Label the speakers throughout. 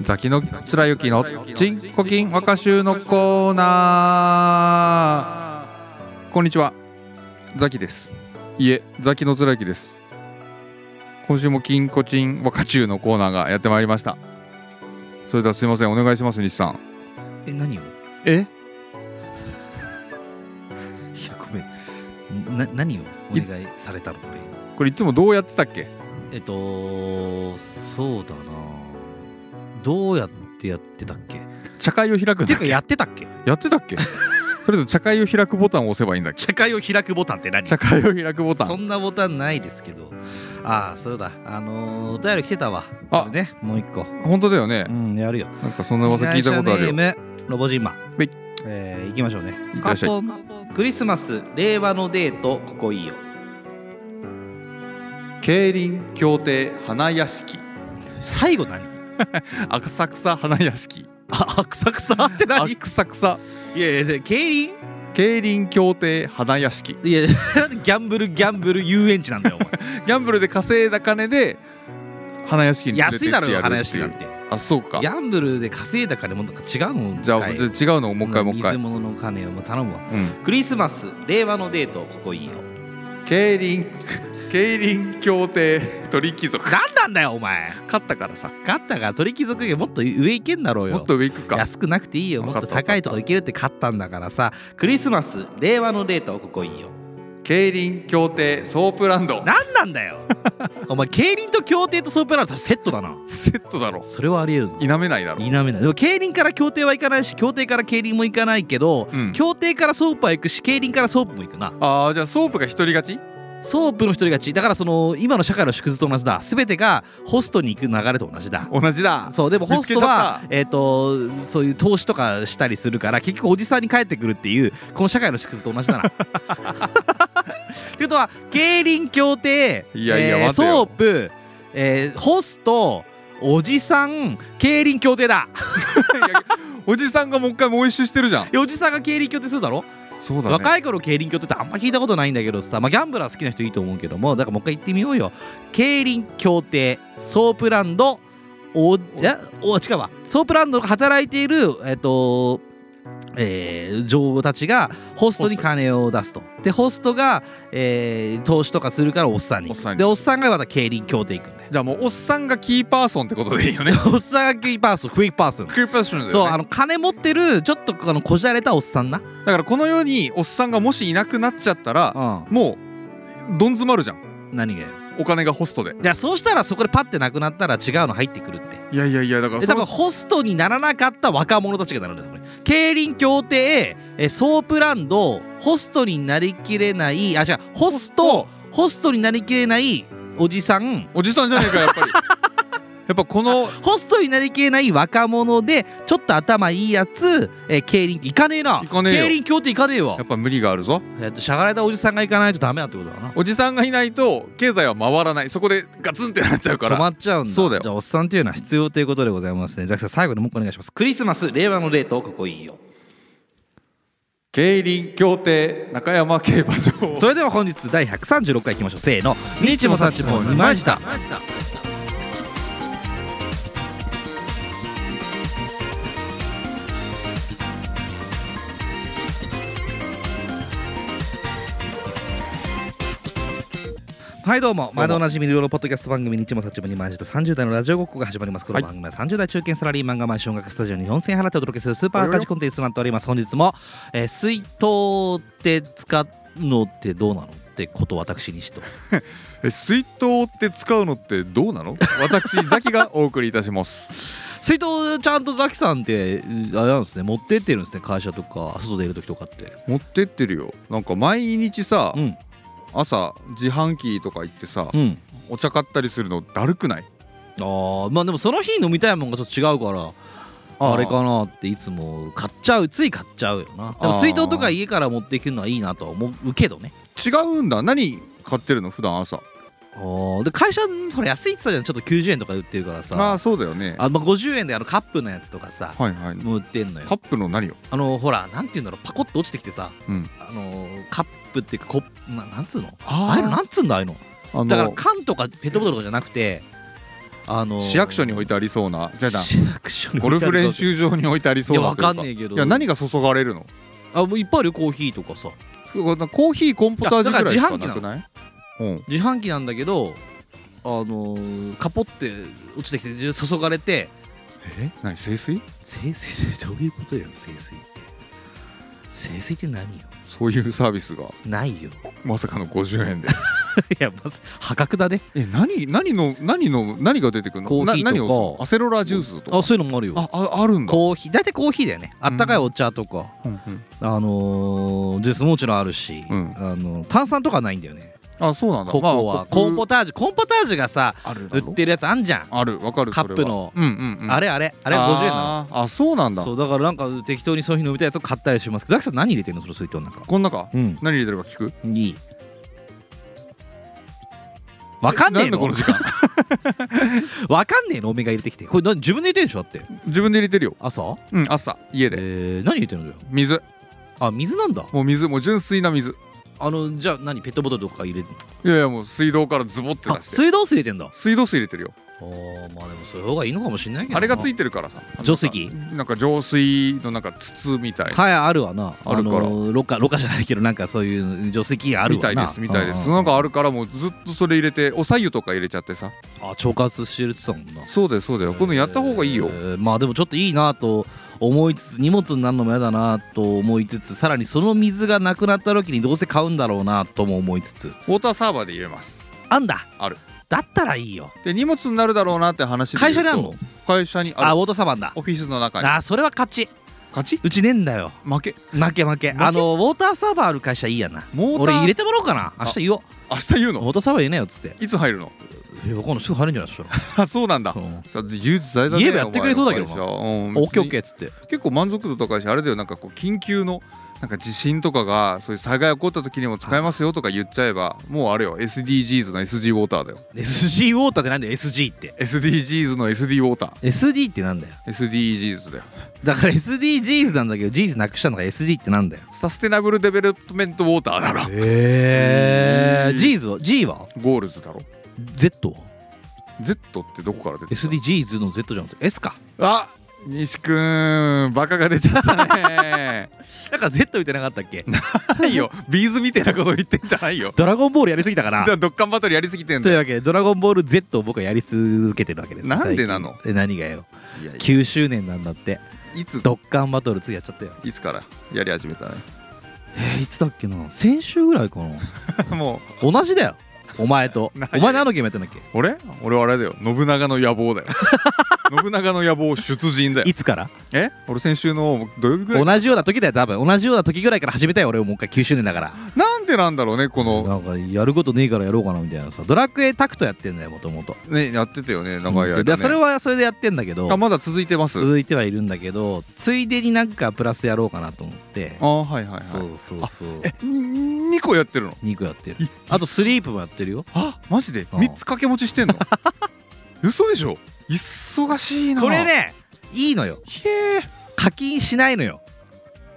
Speaker 1: ザキの貫之のチンコキン若衆のコーナーこんにちはザキですいえザキの貫之です今週もキンコチン若衆のコーナーがやってまいりましたそれではすいませんお願いします西さん
Speaker 2: え何を
Speaker 1: え
Speaker 2: いやごめんな何をお願いされたのこれ
Speaker 1: これいつもどうやってたっけ
Speaker 2: えっとそうだなどうやってやってたっけ
Speaker 1: 茶会を開くん
Speaker 2: て
Speaker 1: だっ
Speaker 2: いうか
Speaker 1: け
Speaker 2: やってたっけ
Speaker 1: やってたっけとりあえず茶会を開くボタンを押せばいいんだっけ
Speaker 2: 茶会を開くボタンって何
Speaker 1: 茶会を開くボタ
Speaker 2: そ
Speaker 1: ン
Speaker 2: んなボタンないですけどああそうだあのー、お便り来てたわ
Speaker 1: あ
Speaker 2: これねもう一個
Speaker 1: 本当だよね
Speaker 2: う、んやるよ
Speaker 1: なんかそんな噂聞いたことあるよ
Speaker 2: 被害者ネームロボジンマ
Speaker 1: は
Speaker 2: ン
Speaker 1: い
Speaker 2: えー、行きましょうね
Speaker 1: いってらっしゃい
Speaker 2: カンポンクリスマス令和のデートここいいよ
Speaker 1: 競輪協定花屋敷
Speaker 2: 最後何
Speaker 1: 浅草花屋敷
Speaker 2: あ草草って何い
Speaker 1: 浅草
Speaker 2: やいやで競輪
Speaker 1: 競輪協定花屋敷
Speaker 2: いや ギャンブルギャンブル遊園地なんだよお前
Speaker 1: ギャンブルで稼いだ金で花屋敷に連れてっ
Speaker 2: 安
Speaker 1: て
Speaker 2: い
Speaker 1: やるっていう
Speaker 2: だろ花屋敷なんて
Speaker 1: あそうか
Speaker 2: ギャンブルで稼いだ金もなんか違うの
Speaker 1: じゃあ
Speaker 2: 使え
Speaker 1: じゃあ違うのをもう一回もう一回
Speaker 2: 水、物の金をもう頼むわ
Speaker 1: うん、
Speaker 2: クリスマス令和のデートここいいよ
Speaker 1: 競輪競輪協定鳥貴族
Speaker 2: 何なんだよお前
Speaker 1: 勝ったからさ
Speaker 2: 勝ったから取引族よりもっと上行けんだろうよ
Speaker 1: もっと上行くか
Speaker 2: 安くなくていいよも
Speaker 1: わか
Speaker 2: っ
Speaker 1: った
Speaker 2: と高いとこ行けるって勝ったんだからさクリスマス令和のデートここいいよ
Speaker 1: 競輪協定ソープランド
Speaker 2: 何なんだ よお前競輪と競艇とソープランドセットだな
Speaker 1: セットだろ
Speaker 2: それはありえるの
Speaker 1: 否めないだろ
Speaker 2: 否めないでも競輪から競艇は行かないし競艇から競輪も行かないけど、
Speaker 1: うん
Speaker 2: 競艇からソープは行くし競輪からソープも行くな
Speaker 1: ああじゃあソープが一人勝ち
Speaker 2: ソープの一人勝ちだからその今の社会の縮図と同じだ全てがホストに行く流れと同じだ
Speaker 1: 同じだ
Speaker 2: そうでもホストは
Speaker 1: 見つけちゃっ、
Speaker 2: えー、とそういう投資とかしたりするから結局おじさんに帰ってくるっていうこの社会の縮図と同じだな。ってことは競輪協定
Speaker 1: いやいや
Speaker 2: えー
Speaker 1: 待てよ
Speaker 2: ソープ、えーホストおじさん競輪協定だ
Speaker 1: いやおじさんがもう一回もう一周してるじゃん
Speaker 2: いやおじさんが競輪協定するだろ
Speaker 1: そうだね
Speaker 2: 若い頃競輪協定ってあんま聞いたことないんだけどさ、まあ、ギャンブラー好きな人いいと思うけどもだからもう一回言ってみようよ競輪協定ソープランドおやお違うわソープランドが働いているえっとえー、女王たちがホストに金を出すとでホストが、えー投資とかするからおっさんに
Speaker 1: おっさんに
Speaker 2: でおっさんがまた競輪協定行くんだよ
Speaker 1: じゃあもうおっさんがキーパーソンってことでいいよ ね
Speaker 2: おっさんがキーパーソンクイックパーソン
Speaker 1: キーパーソンだよ、ね、
Speaker 2: そうあの金持ってるちょっとあのこじゃれたおっさんな、
Speaker 1: だからこの世におっさんがもしいなくなっちゃったら
Speaker 2: う
Speaker 1: もうどん詰まるじゃん
Speaker 2: ん、何がよ
Speaker 1: お金がホストで
Speaker 2: いやそうしたらそこでパッてなくなったら違うの入ってくるって
Speaker 1: いやいやいやだから
Speaker 2: で
Speaker 1: そ
Speaker 2: 多
Speaker 1: の
Speaker 2: 分ホストにならなかった若者たちがなるんですこれ競輪協定えソープランドホストになりきれないあ違うホストホストになりきれないおじさん
Speaker 1: おじさんじゃねえかやっ ぱりやっぱこの
Speaker 2: ホストになりきれない若者でちょっと頭いいやつえ競輪行かねえな
Speaker 1: 行かねえよ
Speaker 2: 競輪協定行かねえわ
Speaker 1: やっぱ無理があるぞ
Speaker 2: えっとしゃがれたおじさんが行かないとダメだってことだな
Speaker 1: おじさんがいないと経済は回らないそこでガツンってなっちゃうか
Speaker 2: 止ま
Speaker 1: ら
Speaker 2: っちゃうんだ
Speaker 1: そうだよ
Speaker 2: じゃあおっさんっていうのは必要ということでございますねザキさん最後にもう一個お願いしますクリスマス令和のデートここいいよ
Speaker 1: 競輪協定中山競馬場
Speaker 2: それでは本日第136回いきましょうせーの日もさっちも二枚舌はいどうも毎度おなじみのいろいろポッドキャスト番組日もさっちも二枚舌30代のラジオごっこが始まりますこの
Speaker 1: はい
Speaker 2: 番組は30代中堅サラリーマンが毎週音楽スタジオに4000円払ってお届けするスーパーカジコンテンツとなっております本日も、えー水筒って使うのってどうなのってことを私にし と
Speaker 1: え水筒って使うのってどうなの私ザキがお送りいたします
Speaker 2: 水筒ちゃんとザキさんってうあれなんですね持ってってるんですね会社とか外でいる時とかって
Speaker 1: 持ってってるよなんか毎日さ
Speaker 2: うん
Speaker 1: 朝自販機とか行ってさ
Speaker 2: うん
Speaker 1: お茶買ったりするのだるくない
Speaker 2: あーまあでもその日飲みたいもんがちょっと違うから
Speaker 1: あー
Speaker 2: あれかなっていつも買っちゃうつい買っちゃうよなでも
Speaker 1: あー
Speaker 2: 水筒とか家から持っていくのはいいなとは思うけどね
Speaker 1: 違うんだ何買ってるの普段朝
Speaker 2: あーで会社ほら安いって言ってたじゃんちょっと90円とかで売ってるから
Speaker 1: あ
Speaker 2: さ
Speaker 1: あそうだよね
Speaker 2: あ、まあ、50円であのカップのやつとかさ
Speaker 1: はいはい
Speaker 2: もう売ってんのよ
Speaker 1: カップの何を
Speaker 2: あのほらなんていうんだろうパコッと落ちてきてさ、
Speaker 1: うん
Speaker 2: あのカップっていうかコップななんつうの
Speaker 1: あー
Speaker 2: ああいうのなんつうんだああいうの
Speaker 1: あの
Speaker 2: だから缶とかペットボトルとかじゃなくてあのー
Speaker 1: 市役所に置いてありそうなじゃあじゃあ
Speaker 2: 市役所に
Speaker 1: ゴルフ練習場に置いてありそう
Speaker 2: いや
Speaker 1: な
Speaker 2: わ
Speaker 1: という
Speaker 2: か
Speaker 1: か
Speaker 2: んねえけど
Speaker 1: いや何が注がれるの
Speaker 2: あもういっぱいあるよコーヒーとかさ
Speaker 1: コーヒーコンポタージュぐらいしかなくないうん
Speaker 2: 自販機なんだけどあのー、カポって落ちてきて注がれて
Speaker 1: え何清水
Speaker 2: 清水 ってどういうことよ清水って清水って何よ
Speaker 1: そういうサービスが
Speaker 2: ないよ
Speaker 1: まさかの50円で
Speaker 2: いやまず破格だね
Speaker 1: え何何の何の何が出てくるの
Speaker 2: コーヒーとか
Speaker 1: な何をそのアセロラジュースとか
Speaker 2: あそういうのもあるよ
Speaker 1: あああるんだ、
Speaker 2: コーヒー大体コーヒーだよねあったかいお茶とか、
Speaker 1: うんうん
Speaker 2: あのージュースももちろんあるし、
Speaker 1: うん
Speaker 2: あの炭酸とかはないんだよね
Speaker 1: あそうなんだ
Speaker 2: ココは、
Speaker 1: まあ
Speaker 2: コーンポ
Speaker 1: タ
Speaker 2: タージュコーンポタージュがさ
Speaker 1: あるだ
Speaker 2: 売
Speaker 1: ろ
Speaker 2: ってるやつあんじゃん、
Speaker 1: あるわかる
Speaker 2: カップの
Speaker 1: それはうんうんうん
Speaker 2: あれあれあれ50円な
Speaker 1: あーあそうなん
Speaker 2: の
Speaker 1: だ
Speaker 2: そうだからなんか適当にそういうの飲みたいやつを買ったりしますけどザキさん何入れてんのその水筒の中
Speaker 1: こん中
Speaker 2: うん
Speaker 1: 何入れてるか聞く
Speaker 2: いいわかんね
Speaker 1: な
Speaker 2: え
Speaker 1: んで
Speaker 2: の
Speaker 1: この時間
Speaker 2: わかんねえのおめが入れてきてこれな自分で入れてんでしょだって
Speaker 1: 自分で入れてるよ
Speaker 2: 朝
Speaker 1: うん朝家で
Speaker 2: えー、何入れてるのよ
Speaker 1: 水
Speaker 2: あ水なんだ
Speaker 1: もう水もう純粋な水
Speaker 2: あのじゃあ何ペットボトルとか入れて
Speaker 1: いやいやもう水道からズボって
Speaker 2: あ
Speaker 1: 出して
Speaker 2: 水道水入れてんだ
Speaker 1: 水道水入れてるよ
Speaker 2: おーまあでもそういう方がいいのかもしれないけどな
Speaker 1: あれがついてるからさ
Speaker 2: 浄水器
Speaker 1: なんか浄水のなんか筒みたいな
Speaker 2: はいあるわな
Speaker 1: あるから
Speaker 2: のろ過ろ過じゃないけどなんかそういう除石器ある
Speaker 1: み
Speaker 2: わな
Speaker 1: たいですみたいで
Speaker 2: うん
Speaker 1: す
Speaker 2: うん
Speaker 1: なんかあるからもうずっとそれ入れておさゆとか入れちゃってさ
Speaker 2: あ腸活してるって言ってたもんな
Speaker 1: そうだよそうだよ今度やった方がいいよ
Speaker 2: えーまあでもちょっといいなと思いつつ荷物になるのも嫌だなと思いつつさらにその水がなくなった時にどうせ買うんだろうなとも思いつつ
Speaker 1: ウォーターサーバーで入れます
Speaker 2: あんだ
Speaker 1: ある
Speaker 2: だったらいいよ
Speaker 1: で荷物になるだろうなって話で言う
Speaker 2: 会
Speaker 1: と
Speaker 2: 社にあんの
Speaker 1: 会社に
Speaker 2: あ
Speaker 1: ある
Speaker 2: ウォーターサーバーだ
Speaker 1: オフィスの中に
Speaker 2: あそれは勝ち
Speaker 1: 勝ち
Speaker 2: うちねえんだよ
Speaker 1: 負け
Speaker 2: 負け負け
Speaker 1: 負け
Speaker 2: あのウォーターサーバーある会社いいやな
Speaker 1: モーター
Speaker 2: 俺入れてもらおうかな明日言おう
Speaker 1: 明日言う
Speaker 2: ウ
Speaker 1: の
Speaker 2: ォーターサーバー入れなよっつって
Speaker 1: いつ入るの
Speaker 2: えわかんないすぐ入るんじゃない ですか
Speaker 1: あそうなんだだって技術財だね
Speaker 2: 言えばやってくれそうだけどな
Speaker 1: お前の会社うん
Speaker 2: オッケーオッケーっつって
Speaker 1: 結構満足度高いしあれだよなんかこう緊急のなんか地震とかがそういう災害起こった時にも使えますよとか言っちゃえばもうあれよ SDGs の SG ウォーターだよ
Speaker 2: SG ウォーターってなんだよ SG って
Speaker 1: SDGs の SD ウォータ
Speaker 2: SD ってなんだよ
Speaker 1: ー SDGs だよ
Speaker 2: だから SDGs なんだけど Gs なくしたのが SD ってなんだよ
Speaker 1: サステナブルデベロップメントウォーターだろ
Speaker 2: へえ Gs は G は
Speaker 1: ゴールズだろ
Speaker 2: Z は
Speaker 1: Z ってどこから出てきた
Speaker 2: SDGs の Z じゃなくて S か
Speaker 1: あ西くんバカが出ちゃったね
Speaker 2: だから Z 見てなかったっけ
Speaker 1: ないよビーズみたいなこと言ってんじゃないよ
Speaker 2: ドラゴンボールやりすぎたから
Speaker 1: だからドッカンバトルやりすぎてん
Speaker 2: と
Speaker 1: だ
Speaker 2: い
Speaker 1: よ
Speaker 2: うわけでドラゴンボール Z を僕はやり続けてるわけです
Speaker 1: なんで
Speaker 2: 最近
Speaker 1: なの
Speaker 2: え何がよ
Speaker 1: いやい
Speaker 2: 9周年なんだって
Speaker 1: やいつ
Speaker 2: ドッカンバトル次やっちゃったよ
Speaker 1: いつからやり始めたね
Speaker 2: えーいつだっけな先週ぐらいかな
Speaker 1: もう
Speaker 2: 同じだよお前と
Speaker 1: 何
Speaker 2: お前 何のゲームやったんだっけ
Speaker 1: 俺俺はあれだよ信長の野望 だよ信長の野望出陣だよ
Speaker 2: いつから
Speaker 1: え俺先週の土曜日ぐらい
Speaker 2: 同じような時だよ多分同じような時ぐらいから始めたよ俺もう一回9周年だから
Speaker 1: なんでなんだろうねこの
Speaker 2: なんかやることねえからやろうかなみたいなさドラクエタクトやってんだよもともと
Speaker 1: ねやってたよね長い間、ね、
Speaker 2: それはそれでやってんだけど
Speaker 1: あまだ続いてます
Speaker 2: 続いてはいるんだけどついでになんかプラスやろうかなと思って
Speaker 1: あーはいはい
Speaker 2: そ
Speaker 1: は
Speaker 2: うそうそう
Speaker 1: いん2個やってるの
Speaker 2: 肉やってる
Speaker 1: い
Speaker 2: あとスリープもやってるよ
Speaker 1: あマジで
Speaker 2: うん
Speaker 1: 3つ掛け持ちしてん の嘘でしょ忙しいな
Speaker 2: これねいいのよ
Speaker 1: へえ
Speaker 2: 課金しないのよ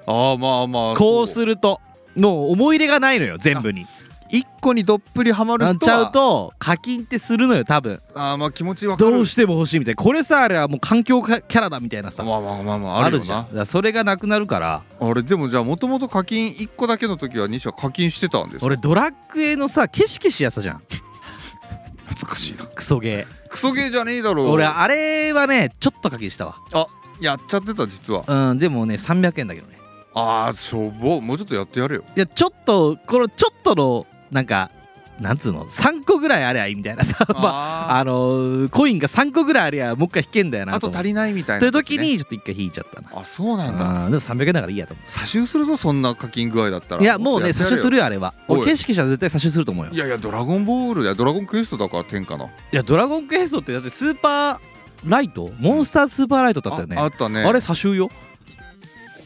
Speaker 1: ああまあまあ
Speaker 2: こうするともう思い入れがないのよ全部に
Speaker 1: 1個にどっぷりはまる
Speaker 2: なっ
Speaker 1: 人
Speaker 2: ちゃ
Speaker 1: は
Speaker 2: うと課金ってするのよ多分
Speaker 1: あーまあ気持ちわかる
Speaker 2: どうしても欲しいみたいなこれさあれはもう環境かキャラだみたいなさ
Speaker 1: まあまあまあまああるよ
Speaker 2: じゃん
Speaker 1: な
Speaker 2: だからそれがなくなるから
Speaker 1: あれでもじゃあもともと課金1個だけの時は西は課金してたんですか
Speaker 2: 俺ドラッグエのさケシケシやさじゃん
Speaker 1: 懐かしいな
Speaker 2: クソゲ
Speaker 1: クソゲーじゃねえだろ
Speaker 2: ー
Speaker 1: う
Speaker 2: 俺あれはねちょっと課金したわ
Speaker 1: やっちゃってた実は
Speaker 2: うんでもね300円だけどね
Speaker 1: ああしょぼもうちょっとやってやれよ
Speaker 2: いやちょっとこのちょっとのなんかなんつうの3個ぐらいありゃいいみたいなさまあ
Speaker 1: あ
Speaker 2: あのーコインが3個ぐらいありゃもう一回引けんだよ
Speaker 1: ー
Speaker 2: な
Speaker 1: あと
Speaker 2: 思
Speaker 1: 足
Speaker 2: う
Speaker 1: りないみたい
Speaker 2: とい
Speaker 1: な
Speaker 2: う時
Speaker 1: ね
Speaker 2: にちょっと一回引いちゃったな
Speaker 1: あそうなんだ
Speaker 2: うんでも300円だからいいやと思
Speaker 1: 差し入するぞそんな課金具合だったら
Speaker 2: ういやもうね
Speaker 1: っとや
Speaker 2: 詐
Speaker 1: って
Speaker 2: 取
Speaker 1: や
Speaker 2: す
Speaker 1: れ
Speaker 2: る
Speaker 1: よ
Speaker 2: よあれは
Speaker 1: おい
Speaker 2: 俺ケシケシは絶対詐取すると思うよ
Speaker 1: いやいやドラゴンボールだよドラゴンクエストだから天かない
Speaker 2: やドラゴンクエストってだってスーパーライトモンスタースーパーライトだったよね
Speaker 1: ああったね
Speaker 2: あれ、左手よ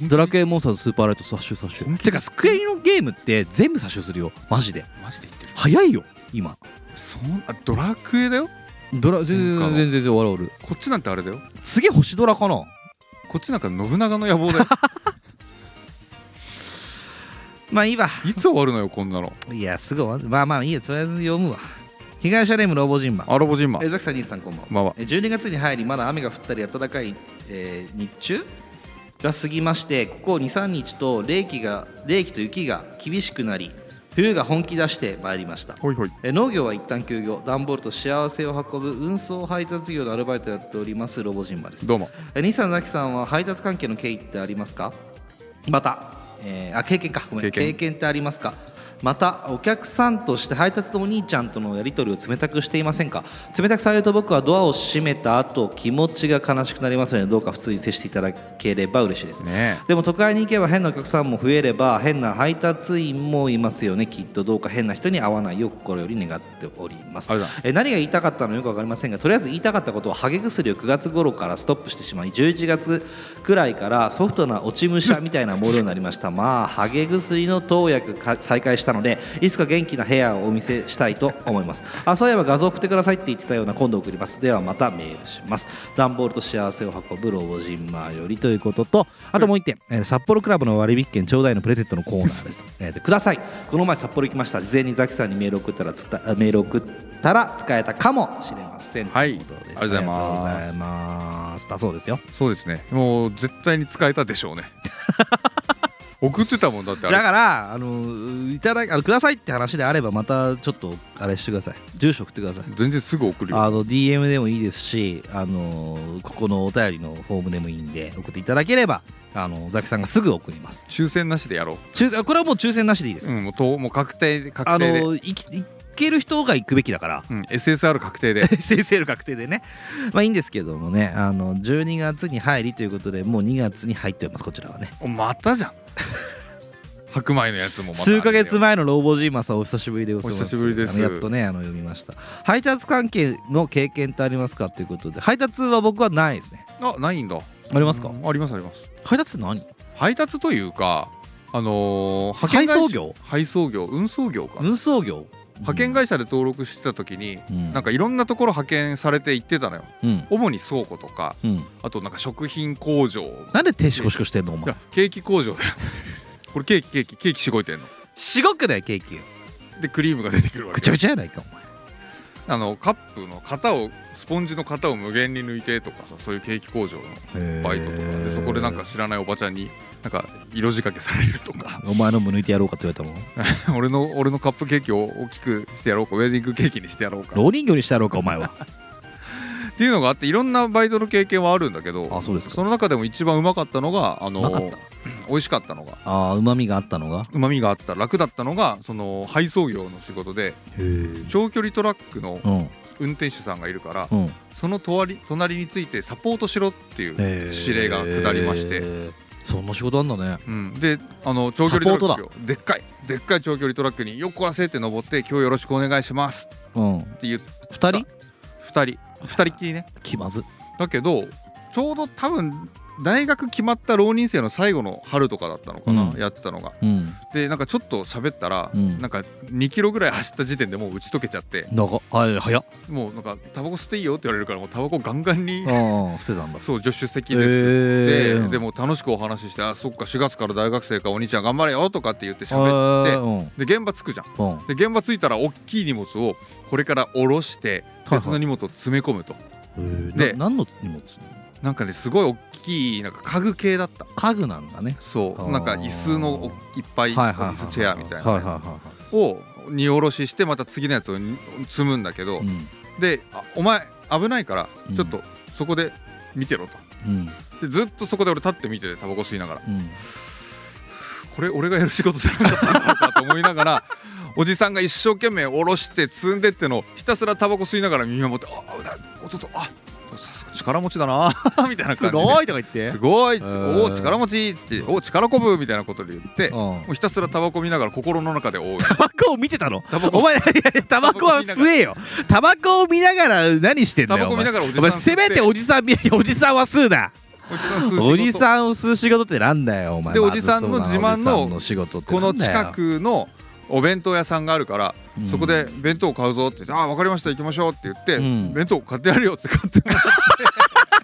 Speaker 2: ドラクエモンスターズスーパーライト左手左
Speaker 1: 本
Speaker 2: 手てかスクエニのゲームって全部左手するよマジで
Speaker 1: マジで言ってる
Speaker 2: 早いよ今
Speaker 1: そんあドラクエだよ
Speaker 2: ドラ全然
Speaker 1: なん
Speaker 2: 全
Speaker 1: か
Speaker 2: 然全然終わる
Speaker 1: こっちなんてあれだよ
Speaker 2: すげえ星ドラかな
Speaker 1: こっちなんか信長の野望だ よ
Speaker 2: まあいいわ
Speaker 1: いつ終わるのよこんなの
Speaker 2: いやすぐ終わんまあまあいいやとりあえず読むわ被害者ネームロボジンマン
Speaker 1: アロボジンマン
Speaker 2: えーザキさん兄さんこんばんは
Speaker 1: こんばんは
Speaker 2: えー12月に入りまだ雨が降ったり暖かい、えー日中が過ぎましてここ23日と冷気が冷気と雪が厳しくなり冬が本気出してまいりました
Speaker 1: ほいほい
Speaker 2: えー農業は一旦休業段ボールと幸せを運ぶ運送配達業のアルバイトをやっておりますロボジンマです
Speaker 1: どうも
Speaker 2: えー西さんザキさんは配達関係の経緯ってありますかまた、えーあ経験かごめん
Speaker 1: 経
Speaker 2: 経
Speaker 1: 験
Speaker 2: 験ってありますかまたお客さんとして配達のお兄ちゃんとのやり取りを冷たくしていませんか冷たくされると僕はドアを閉めた後気持ちが悲しくなりますのでどうか普通に接していただければ嬉しいです
Speaker 1: ね
Speaker 2: でも都会に行けば変なお客さんも増えれば変な配達員もいますよねきっとどうか変な人に会わないよう心より願っております
Speaker 1: ありがとうございます
Speaker 2: えー何が言いたかったのかよく分かりませんがとりあえず言いたかったことはハゲ薬を9月頃からストップしてしまい11月くらいからソフトな落ち武者みたいなものになりましたまあハゲ薬の投薬か再開したのでいつか元気な部屋をお見せしたいと思いますあそういえば画像送ってくださいって言ってたような今度送りますではまたメールします段ボールと幸せを運ぶロボジンマーよりということとあともう一点、えー札幌クラブの割引券ちょうだいのプレゼントのコーナーです、えーでくださいこの前札幌行きました事前にザキさんにメール送ったらつったあメール送ったら使えたかもしれません
Speaker 1: はい
Speaker 2: とうこ
Speaker 1: あ
Speaker 2: とです
Speaker 1: りがとうございます
Speaker 2: ありがとうございますだそうですよ
Speaker 1: そうですねもう絶対に使えたでしょう ね送ってたもんだってあ
Speaker 2: だ
Speaker 1: れ
Speaker 2: からあのいただあのくださいって話であればまたちょっとあれしてください住所送ってください
Speaker 1: 全然すぐ送るよ
Speaker 2: あの DM でもいいですし、あのここのお便りのフォームでもいいんで送っていただければ、あのザキさんがすぐ送ります
Speaker 1: 抽選なしでやろ
Speaker 2: 抽選これはもう抽選なしでいいです、
Speaker 1: ううんもうともう確定
Speaker 2: あ
Speaker 1: 確定で、
Speaker 2: のいき行ける人が行くべきだから
Speaker 1: うん、SSR 確定で
Speaker 2: 先生の確定でねまあいいんですけどもねあの12月に入りということでもう2月に入っておりますこちらはね
Speaker 1: おまたじゃん白米のやつもまた
Speaker 2: 数ヶ月前のローボジーマさんお久しぶりでございます
Speaker 1: お久しぶりです
Speaker 2: あのやっとねあの読みました配達関係の経験ってありますかということで配達は僕はないですね
Speaker 1: あないんだあ
Speaker 2: ありますか、
Speaker 1: ありますあります
Speaker 2: 配達って何
Speaker 1: 配達というかあのー派遣会
Speaker 2: 配
Speaker 1: 社
Speaker 2: 送業
Speaker 1: 配送業運送業か、
Speaker 2: 運送業
Speaker 1: 派遣会社で登録してた時に、
Speaker 2: うん
Speaker 1: なんかいろんなところ派遣されて行ってたのよ
Speaker 2: うん
Speaker 1: 主に倉庫とか
Speaker 2: うん
Speaker 1: あとなんか食品工場い
Speaker 2: なんで手シコシコしてんのお前
Speaker 1: やケーキ工場だよ これケーキケーキケーキしごいてんの
Speaker 2: しごくないケーキ
Speaker 1: でクリームが出てくるわ
Speaker 2: ぐち
Speaker 1: け
Speaker 2: ゃ
Speaker 1: よ
Speaker 2: ぐちゃやないかお前
Speaker 1: あのカップの型をスポンジの型を無限に抜いてとかさそういうケーキ工場のバイトとかでそこでなんか知らないおばちゃんになんか色仕掛けされるとか
Speaker 2: お前のも抜いてやろうかって言われ た
Speaker 1: 俺の俺のカップケーキを大きくしてやろうかウェディングケーキにしてやろうか
Speaker 2: もん老人形にしてやろうか お前は
Speaker 1: っていうのがあっていろんなバイトの経験はあるんだけど
Speaker 2: あそうですか
Speaker 1: の中でも一番うまかったのがあの
Speaker 2: うまかった
Speaker 1: 美味しかったのが
Speaker 2: ああうまみがあったのが
Speaker 1: うまみがあった楽だったのがその配送業の仕事で
Speaker 2: へえうん
Speaker 1: 長距離トラックの
Speaker 2: うん
Speaker 1: 運転手さんがいるから
Speaker 2: へ
Speaker 1: その隣隣についてサポートしろっていう
Speaker 2: え
Speaker 1: 指令が下りまして、
Speaker 2: そんな仕事あんだね
Speaker 1: うん、であの長距離トラ
Speaker 2: サポ
Speaker 1: ックをでっかいでっかい長距離トラックに横らせって登って「今日よろしくお願いします」
Speaker 2: うん
Speaker 1: って言って
Speaker 2: 二人
Speaker 1: 2人2人っきりね
Speaker 2: 気まず
Speaker 1: だけどちょうど多分大学決まった浪人生の最後の春とかだったのかな、
Speaker 2: うん
Speaker 1: やってたのが
Speaker 2: うん
Speaker 1: でなんかちょっと喋ったら、
Speaker 2: うん
Speaker 1: なんか2キロぐらい走った時点でもう打ち解けちゃって
Speaker 2: 長あ早っ
Speaker 1: もうなんかタバコ吸っていいよって言われるからもうタバコガンガンに、
Speaker 2: ああ捨てたんだ
Speaker 1: そう助手席です、
Speaker 2: え
Speaker 1: でで
Speaker 2: も
Speaker 1: も楽しくお話しして「あそっか4月から大学生かお兄ちゃん頑張れよ」とかって言って喋っ
Speaker 2: 喋
Speaker 1: てで現場着くじゃん
Speaker 2: てうん
Speaker 1: で現場着いたら大きい荷物をこれから下ろして
Speaker 2: はいはい
Speaker 1: 別の荷物を詰め込むと、
Speaker 2: うん
Speaker 1: で
Speaker 2: で何の荷物
Speaker 1: なんかねすごい大きいなんか家具系だった
Speaker 2: 家具なんだね
Speaker 1: そ
Speaker 2: あ
Speaker 1: う
Speaker 2: ー
Speaker 1: なんか椅子のおいっぱいオ
Speaker 2: はいはい
Speaker 1: フ
Speaker 2: はい
Speaker 1: ィスチェアみたいな
Speaker 2: はい
Speaker 1: や
Speaker 2: は
Speaker 1: つを荷下ろししてまた次のやつをに積むんだけど
Speaker 2: いはいうん
Speaker 1: であお前危ないから
Speaker 2: うん
Speaker 1: ちょっとそこで見てろと。
Speaker 2: うん
Speaker 1: でずっとそこで俺立って見ててタバコ吸いながら
Speaker 2: うん
Speaker 1: これ俺がやる仕事じゃなかったのかと思いながら おじさんが一生懸命下ろして積んでってのをひたすらタバコ吸いながら見守ってああうな弟あさすが力持ちだな みたいな感じです
Speaker 2: とか言って
Speaker 1: すごいっつって
Speaker 2: えー
Speaker 1: おお力持ちっつっておお力こぶみたいなことで言っても
Speaker 2: うん
Speaker 1: うひたすらタバコ見ながら心の中で おう
Speaker 2: タバコを見てたの
Speaker 1: タバコ
Speaker 2: お前いやいやタバコは吸えよタバコを見ながら何してんだ
Speaker 1: タ
Speaker 2: よ
Speaker 1: バコ見な
Speaker 2: が
Speaker 1: がらおじ
Speaker 2: お
Speaker 1: さん
Speaker 2: 前
Speaker 1: 吸
Speaker 2: せめておじさん見 おじさんは吸うな
Speaker 1: おじさん吸う仕事
Speaker 2: おじさんを吸う仕事ってなんだよお前
Speaker 1: で
Speaker 2: ま
Speaker 1: お
Speaker 2: ず
Speaker 1: じさんの
Speaker 2: そう
Speaker 1: 自慢の
Speaker 2: おじさん仕事って
Speaker 1: こ
Speaker 2: な
Speaker 1: の
Speaker 2: んだよ
Speaker 1: 近くのお弁当屋さんがあるから、
Speaker 2: うん
Speaker 1: そこで弁当買うぞって言って「ああ分かりました行きましょう」って言って、
Speaker 2: うん
Speaker 1: 弁当買ってやるよって買って もらっ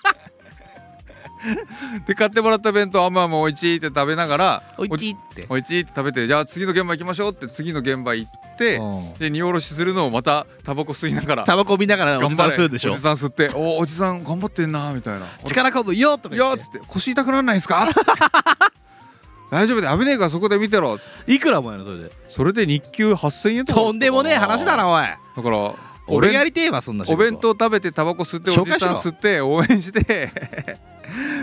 Speaker 1: てで買ってもらった弁当あんまもうおいちいって食べながら
Speaker 2: おいちいって
Speaker 1: おいちいって食べてじゃあ次の現場行きましょうって次の現場行っって
Speaker 2: うん
Speaker 1: で荷下ろしするのをまたタバコ吸いながら
Speaker 2: タバコ見ながらお
Speaker 1: 頑
Speaker 2: じさ
Speaker 1: 張
Speaker 2: ん
Speaker 1: れ
Speaker 2: 吸うでしょ
Speaker 1: おじさん吸っておおじさん頑張ってんなみたいな
Speaker 2: 力こぶよとか
Speaker 1: い
Speaker 2: 言
Speaker 1: やー
Speaker 2: って
Speaker 1: つって腰痛くなんないんすか?」 つって大丈夫で危ねえからそこで見てろ」つって
Speaker 2: いくらもやのそれで
Speaker 1: それで日給8000円とかだったか
Speaker 2: とんでもねえ話だなおい
Speaker 1: だから
Speaker 2: 俺がや
Speaker 1: り
Speaker 2: りてえわそんな仕
Speaker 1: お
Speaker 2: 事は
Speaker 1: 弁当食べてタバコ吸ってお
Speaker 2: 紹
Speaker 1: じ
Speaker 2: 介しろ
Speaker 1: さん吸って応援して で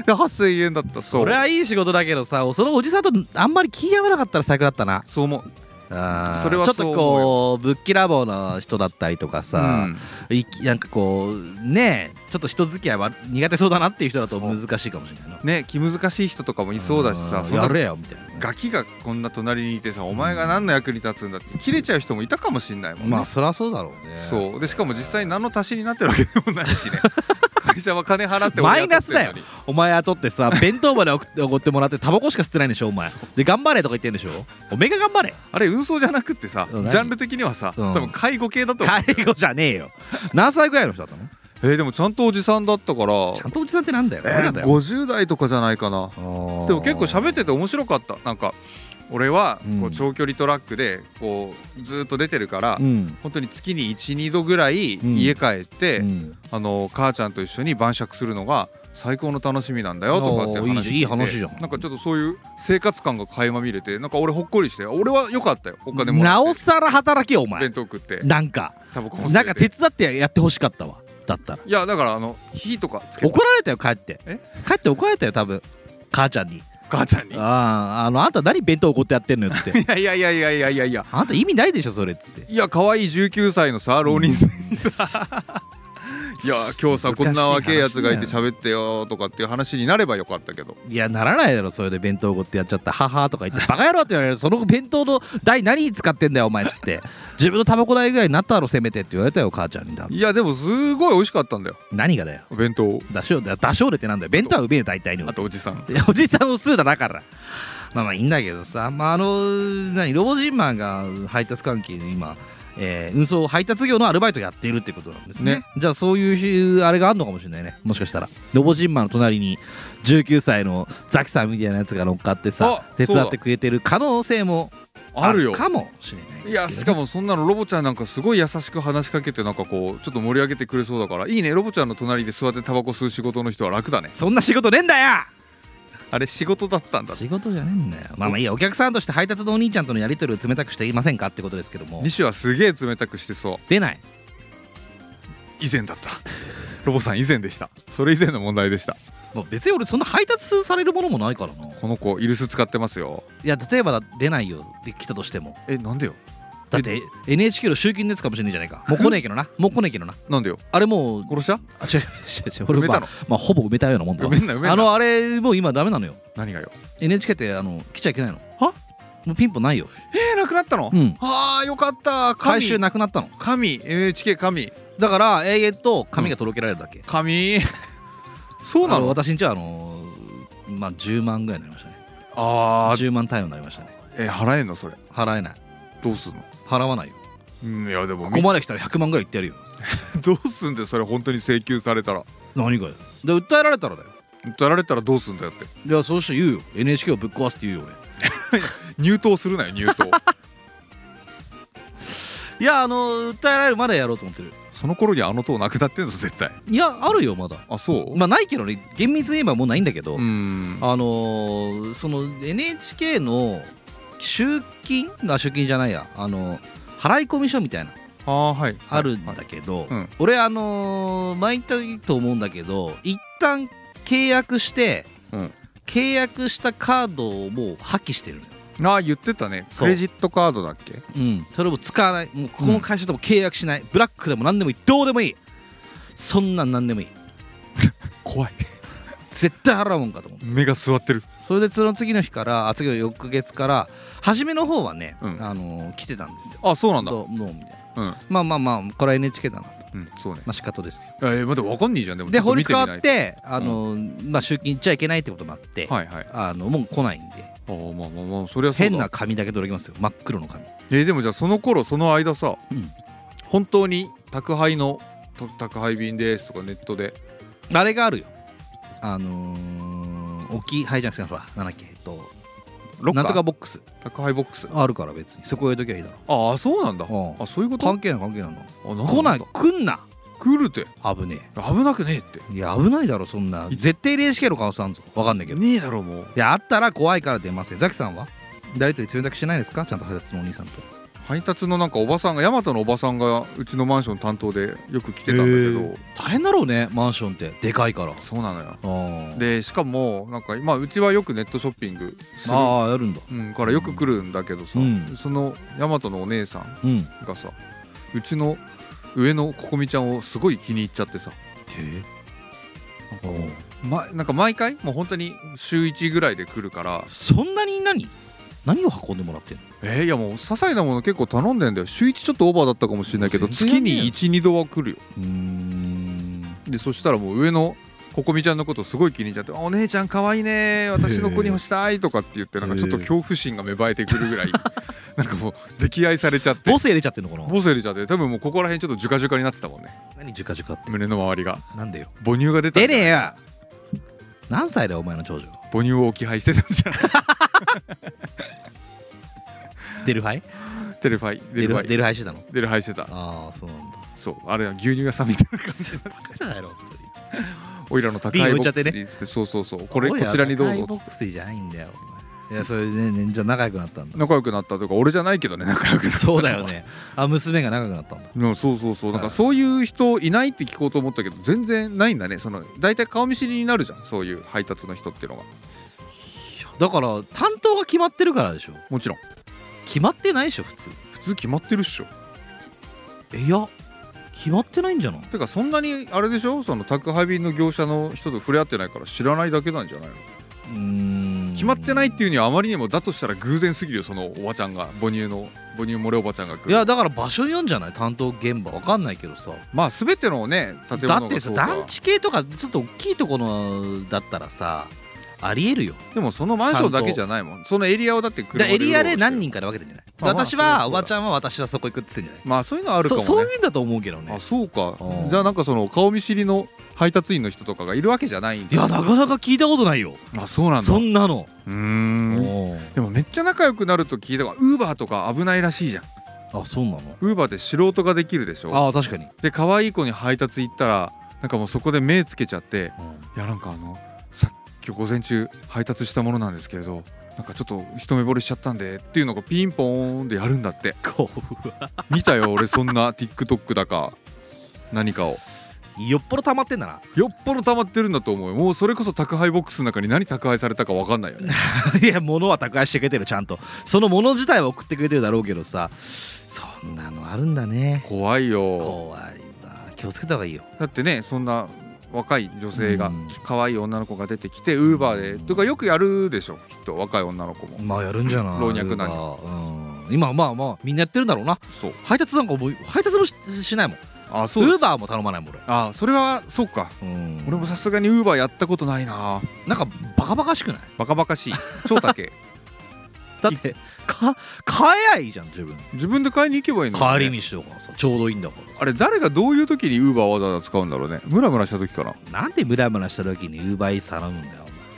Speaker 1: 8000円だったそ
Speaker 2: そうれはいい仕事だけどさそのおじさんとあんまり気合わなかったら最悪だったな
Speaker 1: そう思うー
Speaker 2: それはちょっ
Speaker 1: そう
Speaker 2: と
Speaker 1: 思うよ
Speaker 2: こうぶっきらぼうな人だったりとかさ、いきなんかこうねえちょっと人付き合いは苦手そうだなっていう人だと
Speaker 1: そう
Speaker 2: 難しいかもしれないな
Speaker 1: うんね気難しい人とかもいそうだしさ
Speaker 2: ん
Speaker 1: そんな
Speaker 2: やれよみたいな
Speaker 1: ガキがこんな隣にいてさお前が何の役に立つんだって切れちゃう人もいたかもしんないもんね、
Speaker 2: まあそりゃそうだろうね
Speaker 1: そうでしかも実際何の足しになってるわけでもないし ね会社は金払って
Speaker 2: マイナスだよ
Speaker 1: 俺雇ってんのに
Speaker 2: お前雇っ てさ弁当まで送っておごってもらってタバコしか吸ってないんでしょお前
Speaker 1: そう
Speaker 2: で頑張れとか言ってんでしょおめが頑張れ
Speaker 1: あれ運送じゃなくってさジ
Speaker 2: うん何
Speaker 1: ャンル的にはさ、
Speaker 2: うん
Speaker 1: 多分介護系だと思う
Speaker 2: 介護じゃねえよ何歳ぐらいの人だったの
Speaker 1: えーでもちゃんとおじさんだったから
Speaker 2: ちゃんとおじさんってなんだよ
Speaker 1: え
Speaker 2: 俺ら
Speaker 1: ー
Speaker 2: だよ
Speaker 1: 50代とかじゃないかな
Speaker 2: あー
Speaker 1: でも結構喋ってて面白かったなんか俺はこ
Speaker 2: う
Speaker 1: うん長距離トラックでこうずーっと出てるから、
Speaker 2: うん
Speaker 1: 本当に月に12度ぐらい
Speaker 2: うん
Speaker 1: 家帰って、
Speaker 2: うん
Speaker 1: あの母ちゃんと一緒に晩酌するのが最高の楽しみなんだよとかって
Speaker 2: おーいい
Speaker 1: 話聞
Speaker 2: じゃん
Speaker 1: て
Speaker 2: いい話じゃん
Speaker 1: なんかちょっとそういう生活感が垣間見れてなんか俺ほっこりして俺は良かったよお金もら
Speaker 2: な
Speaker 1: って
Speaker 2: おさら働けよお前
Speaker 1: 弁当食って
Speaker 2: なんか
Speaker 1: タバコも吸
Speaker 2: な
Speaker 1: え
Speaker 2: んか
Speaker 1: て
Speaker 2: 手伝ってやってほしかったわだったら
Speaker 1: いやだからあの火とかつけて
Speaker 2: 怒られたよ帰って
Speaker 1: え
Speaker 2: 帰って怒られたよ多分母ちゃんに
Speaker 1: 母ちゃんに
Speaker 2: あああのあんた何弁当怒ってやってんのよっつっ て
Speaker 1: いやいやいやいやいやいや
Speaker 2: あんた意味ないでしょそれっつって
Speaker 1: いや可愛い19歳のさ浪人さんにさ 「いや今日さこんな若いやつがいて喋ってよ」とかっていう話になればよかったけど
Speaker 2: いやならないだろそれで弁当おごってやっちゃったははとか言ってバカ野郎って言われるその弁当の代何に使ってんだよお前っつ って自分のタバコ代ぐらいになったろせめてって言われたよ母ちゃんにだ
Speaker 1: いやでもすごい美味しかったんだよ
Speaker 2: 何がだよ
Speaker 1: 弁当
Speaker 2: 出しょだ出しょうれってなんだよ弁当はうめえよ大体には
Speaker 1: あとおじさん
Speaker 2: いやおじさんを吸うだだからまあまあいいんだけどさ、まあ、あの何ロボジンマンが配達関係で今、えー運送配達業のアルバイトやっているってことなんですね
Speaker 1: ね
Speaker 2: じゃあそういうあれがあるのかもしれないねもしかしたらロボジンマンの隣に19歳のザキさんみたいなやつが乗っかってさ
Speaker 1: あ
Speaker 2: 手伝って
Speaker 1: そう
Speaker 2: くれてる可能性も
Speaker 1: あるよ
Speaker 2: かもしれないですけどね
Speaker 1: いやしかもそんなのロボちゃんなんかすごい優しく話しかけてなんかこうちょっと盛り上げてくれそうだからいいねロボちゃんの隣で座ってタバコ吸う仕事の人は楽だね
Speaker 2: そんな仕事ねえんだよ
Speaker 1: あれ仕事だったんだ
Speaker 2: 仕事じゃねえんだよまあまあいいやお客さんとして配達のお兄ちゃんとのやり取りを冷たくしていませんかってことですけども
Speaker 1: 西はすげえ冷たくしてそう
Speaker 2: 出ない
Speaker 1: 以前だったロボさん以前でしたそれ以前の問題でした
Speaker 2: まあ、別に俺そんな配達されるものもないからな
Speaker 1: この子イルス使ってますよ
Speaker 2: いや例えばだ出ないよで来たとしても
Speaker 1: えなんでよ
Speaker 2: だって NHK の集金のやつかもしれないじゃないかもう来ねえけどなもう来ねえけどな
Speaker 1: なんでよ
Speaker 2: あれもう
Speaker 1: 殺した
Speaker 2: あ違う違う違う俺
Speaker 1: 埋めた
Speaker 2: は
Speaker 1: の
Speaker 2: まあほぼ埋めたようなもんだわ
Speaker 1: 埋めんな埋めんな
Speaker 2: あのあれもう今ダメなのよ
Speaker 1: 何がよ
Speaker 2: NHK ってあの来ちゃいけないの
Speaker 1: は
Speaker 2: もうピンポンないよ
Speaker 1: えー、なくなったの、
Speaker 2: うん
Speaker 1: あーよかった神
Speaker 2: 回収なくなったの
Speaker 1: 神 NHK 神
Speaker 2: だから永遠と紙が届けられるだけ、
Speaker 1: 神そうな
Speaker 2: あの
Speaker 1: の
Speaker 2: 私んちはあのーまあ10万ぐらいになりましたね
Speaker 1: あー
Speaker 2: 10万単位になりましたね
Speaker 1: えー払えんのそれ
Speaker 2: 払えない
Speaker 1: どうすんの
Speaker 2: 払わないよ
Speaker 1: うんいやでも
Speaker 2: ここまで来たら100万ぐらいいってやるよ
Speaker 1: どうすんだよそれ本当に請求されたら
Speaker 2: 何がよで訴えられたらだよ
Speaker 1: やられたらどうすんだよって
Speaker 2: いやそうして言うよ NHK をぶっ壊すって言うよ俺
Speaker 1: 入党するなよ入 党
Speaker 2: いやあの訴えられるまでやろうと思ってる
Speaker 1: その頃にあの党なくなってんの絶対
Speaker 2: いやあるよまだ
Speaker 1: あそう、
Speaker 2: まあないけどね厳密に言えばもうないんだけど、
Speaker 1: うーん
Speaker 2: あのーその NHK の集金あ集金じゃないやあの払い込み書みたいな
Speaker 1: あーはい
Speaker 2: あるん
Speaker 1: はい
Speaker 2: だけど、
Speaker 1: うん
Speaker 2: 俺あのー毎回と思うんだけど一旦契約して、
Speaker 1: うん
Speaker 2: 契約したカードをもう破棄してるのよ、
Speaker 1: あー言ってたね
Speaker 2: そ
Speaker 1: ク
Speaker 2: う
Speaker 1: レジットカードだっけ
Speaker 2: うん、それも使わないもうこの会社とも契約しない、ブラックでも何でもいいどうでもいいそんなん何でもいい
Speaker 1: 怖い
Speaker 2: 絶対払うもんかと思う
Speaker 1: 目が座ってる
Speaker 2: それでその次の日からあ次の翌月から初めの方はね、
Speaker 1: うん
Speaker 2: あのー来てたんですよ
Speaker 1: あそうなんだ
Speaker 2: どうもうみたいな
Speaker 1: うん
Speaker 2: まあまあまあこれは NHK だなと
Speaker 1: うんそうね
Speaker 2: まあ仕方ですよ
Speaker 1: えー、待ってわかんねえじゃんでも
Speaker 2: で
Speaker 1: ちょっと
Speaker 2: 法
Speaker 1: 見
Speaker 2: 律
Speaker 1: み
Speaker 2: 変わ
Speaker 1: ない
Speaker 2: っ
Speaker 1: と
Speaker 2: てあのー、まあ集金行っちゃいけないってこともあって、
Speaker 1: はいはい
Speaker 2: あのもう来ないんで
Speaker 1: あーまあまあまあそりゃそうだ
Speaker 2: 変な紙だけ届きますよ真っ黒の紙
Speaker 1: えーでもじゃあその頃その間さ、
Speaker 2: うん
Speaker 1: 本当に宅配のと宅配便ですとかネットで
Speaker 2: あれがあるよあのー、置き配じゃなくてほらなんだっけえっと
Speaker 1: ロッカー
Speaker 2: なんとかボックス
Speaker 1: 宅配ボックス
Speaker 2: あるから別にそこへ置いときゃいいだろ
Speaker 1: ああそうなんだ
Speaker 2: うん
Speaker 1: あそういうこと
Speaker 2: 関係ない関係ないの
Speaker 1: あん
Speaker 2: 来な
Speaker 1: だ
Speaker 2: い来んな
Speaker 1: 来るって
Speaker 2: 危ね
Speaker 1: 危なくねえって
Speaker 2: えいや危ないだろそんない絶対霊視系の可能性あるぞ分かんないけど
Speaker 1: ねえだろもう
Speaker 2: いやあったら怖いから出ませんザキさんは誰と連絡してないですかちゃんと配達のお兄さんと
Speaker 1: 配達のなんかおばさんが大和のおばさんがうちのマンション担当でよく来てたんだけど、
Speaker 2: へえ大変だろうねマンションってでかいから
Speaker 1: そうなのよ
Speaker 2: あで
Speaker 1: でしかもなんか、まあ、うちはよくネットショッピングする、
Speaker 2: ああやるんだ
Speaker 1: うん、からよく来るんだけどさ、
Speaker 2: うん
Speaker 1: その大和のお姉さん
Speaker 2: うん
Speaker 1: がさうちの上のここみちゃんをすごい気に入っちゃってさ、
Speaker 2: うん
Speaker 1: ま、なんか毎回もう本当に週1ぐらいで来るから
Speaker 2: そんなに何何を運んでもらってんの
Speaker 1: えーいやもう些細なもの結構頼んでんだよ週1ちょっとオーバーだったかもしれないけど
Speaker 2: もう全
Speaker 1: 月
Speaker 2: 然
Speaker 1: に
Speaker 2: やんねえ
Speaker 1: 12度は来るよ
Speaker 2: うーん
Speaker 1: でそしたらもう上のここみちゃんのことすごい気に入っちゃって「あお姉ちゃん可愛いね私の子にしたい」とかって言ってなんかちょっと恐怖心が芽生えてくるぐら いなんかもう溺愛されちゃって
Speaker 2: ボス入れちゃってんのかな
Speaker 1: ボス入れちゃって多分もうここら辺ちょっとジュカジュカになってたもんね
Speaker 2: 何ジュカジュカって
Speaker 1: 胸の周りが
Speaker 2: なんだよ
Speaker 1: 母乳が出た
Speaker 2: 出
Speaker 1: ん
Speaker 2: ね
Speaker 1: だ
Speaker 2: えよ何歳だよお前の長女
Speaker 1: 母乳を置き配してたんじゃない
Speaker 2: デルファイ
Speaker 1: テレファイデ
Speaker 2: デ
Speaker 1: ル
Speaker 2: ル
Speaker 1: フ
Speaker 2: フ
Speaker 1: ァ
Speaker 2: ァ
Speaker 1: イ
Speaker 2: イデルファイしてたの
Speaker 1: デルハイしてた
Speaker 2: ああそうなんだ
Speaker 1: そうあれは牛乳がさみたいな感じ
Speaker 2: バカじゃないの本当に
Speaker 1: おいらの高い
Speaker 2: 瓶
Speaker 1: ボ
Speaker 2: 置いちゃ
Speaker 1: ッ
Speaker 2: ってね
Speaker 1: クスにつってそうそうそうこれこちらにどう
Speaker 2: おい
Speaker 1: ぞ
Speaker 2: ら
Speaker 1: っつって
Speaker 2: 高いボックスじゃないんだよお前いやそれでねじゃあ仲良くなったんだ
Speaker 1: 仲良くなったというか俺じゃないけどね仲良くなった
Speaker 2: そうだよね あ娘が仲良くなったんだ
Speaker 1: うんそうそうそうなん
Speaker 2: は
Speaker 1: か
Speaker 2: い
Speaker 1: そういう人いないって聞こうと思ったけど全然ないんだねその大体顔見知りになるじゃんそういう配達の人っていうのが
Speaker 2: だから担当が決まってるからでしょ
Speaker 1: もちろん
Speaker 2: 決まってないでしょ普通
Speaker 1: 普通決まってるっしょ
Speaker 2: えいや決まってないんじゃない
Speaker 1: てかそんなにあれでしょその宅配便の業者の人と触れ合ってないから知らないだけなんじゃないの
Speaker 2: うーん
Speaker 1: 決まってないっていうにはあまりにもだとしたら偶然すぎるよそのおばちゃんが母乳の母乳漏れおばちゃんが来る
Speaker 2: いやだから場所によんじゃない担当現場わかんないけどさ
Speaker 1: まあ全てのね建物が
Speaker 2: だってさ
Speaker 1: そうか
Speaker 2: 団地系とかちょっと大きいところだったらさありえるよ
Speaker 1: でもそのマンションだけじゃないもんそのエリアをだって車
Speaker 2: だエリア
Speaker 1: うろうろして
Speaker 2: で
Speaker 1: る
Speaker 2: 何人かで分けてんじゃない、
Speaker 1: まあまあ
Speaker 2: 私
Speaker 1: そ
Speaker 2: は
Speaker 1: うだそう
Speaker 2: お
Speaker 1: だ
Speaker 2: ばちゃんは私はそこ行くって言ってんじゃない
Speaker 1: まあそういうのはあるかもね
Speaker 2: そそういうんだと思うけどね
Speaker 1: あそうか
Speaker 2: うん
Speaker 1: じゃあなんかその顔見知りの配達員の人とかがいるわけじゃないん
Speaker 2: い
Speaker 1: だ
Speaker 2: やなかなか聞いたことないよ
Speaker 1: あそうなんだ
Speaker 2: そ
Speaker 1: うん
Speaker 2: なの
Speaker 1: ーん
Speaker 2: おー
Speaker 1: でもめっちゃ仲良くなると聞いたがウーバーとか危ないらしいじゃん
Speaker 2: あそうなの
Speaker 1: ウーバーって素人ができるでしょ
Speaker 2: あー確かに、
Speaker 1: で可愛い子に配達行ったらなんかもうそこで目つけちゃって
Speaker 2: うん
Speaker 1: いやなんかあのさ今日午前中配達したものなんですけれどなんかちょっと一目惚れしちゃったんでっていうのがピンポーンでやるんだって
Speaker 2: こう
Speaker 1: 見たよ俺そんな TikTok だか何かを
Speaker 2: よっぽど溜まってんだな
Speaker 1: よっぽど溜まってるんだと思うよもうそれこそ宅配ボックスの中に何宅配されたか分かんないよね
Speaker 2: いや物は宅配してくれてるちゃんとその物自体は送ってくれてるだろうけどさそんなのあるんだね
Speaker 1: 怖いよ
Speaker 2: 怖いな気をつけた方がいいよ
Speaker 1: だってねそんな若い女性が
Speaker 2: うん
Speaker 1: 可愛い女の子が出てきてウーバー
Speaker 2: う
Speaker 1: で
Speaker 2: ん
Speaker 1: とかよくやるでしょきっと若い女の子も
Speaker 2: まあやるんじゃない
Speaker 1: 老若男
Speaker 2: 女うん今まあまあみんなやってるんだろうな
Speaker 1: そう
Speaker 2: 配達なんかもう配達もししないもん
Speaker 1: あそう
Speaker 2: ウ
Speaker 1: で
Speaker 2: ー
Speaker 1: す
Speaker 2: バーも頼まないもん俺
Speaker 1: あそれはそうか
Speaker 2: うん
Speaker 1: 俺もさすがにウーバーやったことないな
Speaker 2: なんかバカバカしくない
Speaker 1: バカバカしい超 竹
Speaker 2: だってか買えやいいじゃん自分
Speaker 1: 自分で買いに行けばいいのにね
Speaker 2: 帰り道とかさちょうどいいんだから
Speaker 1: あ
Speaker 2: さ
Speaker 1: れ誰がどういう時にウーバーわざわざ使うんだろうねムラムラした時かな
Speaker 2: なんでムラムラした時にウーバーイーツ頼むんだよ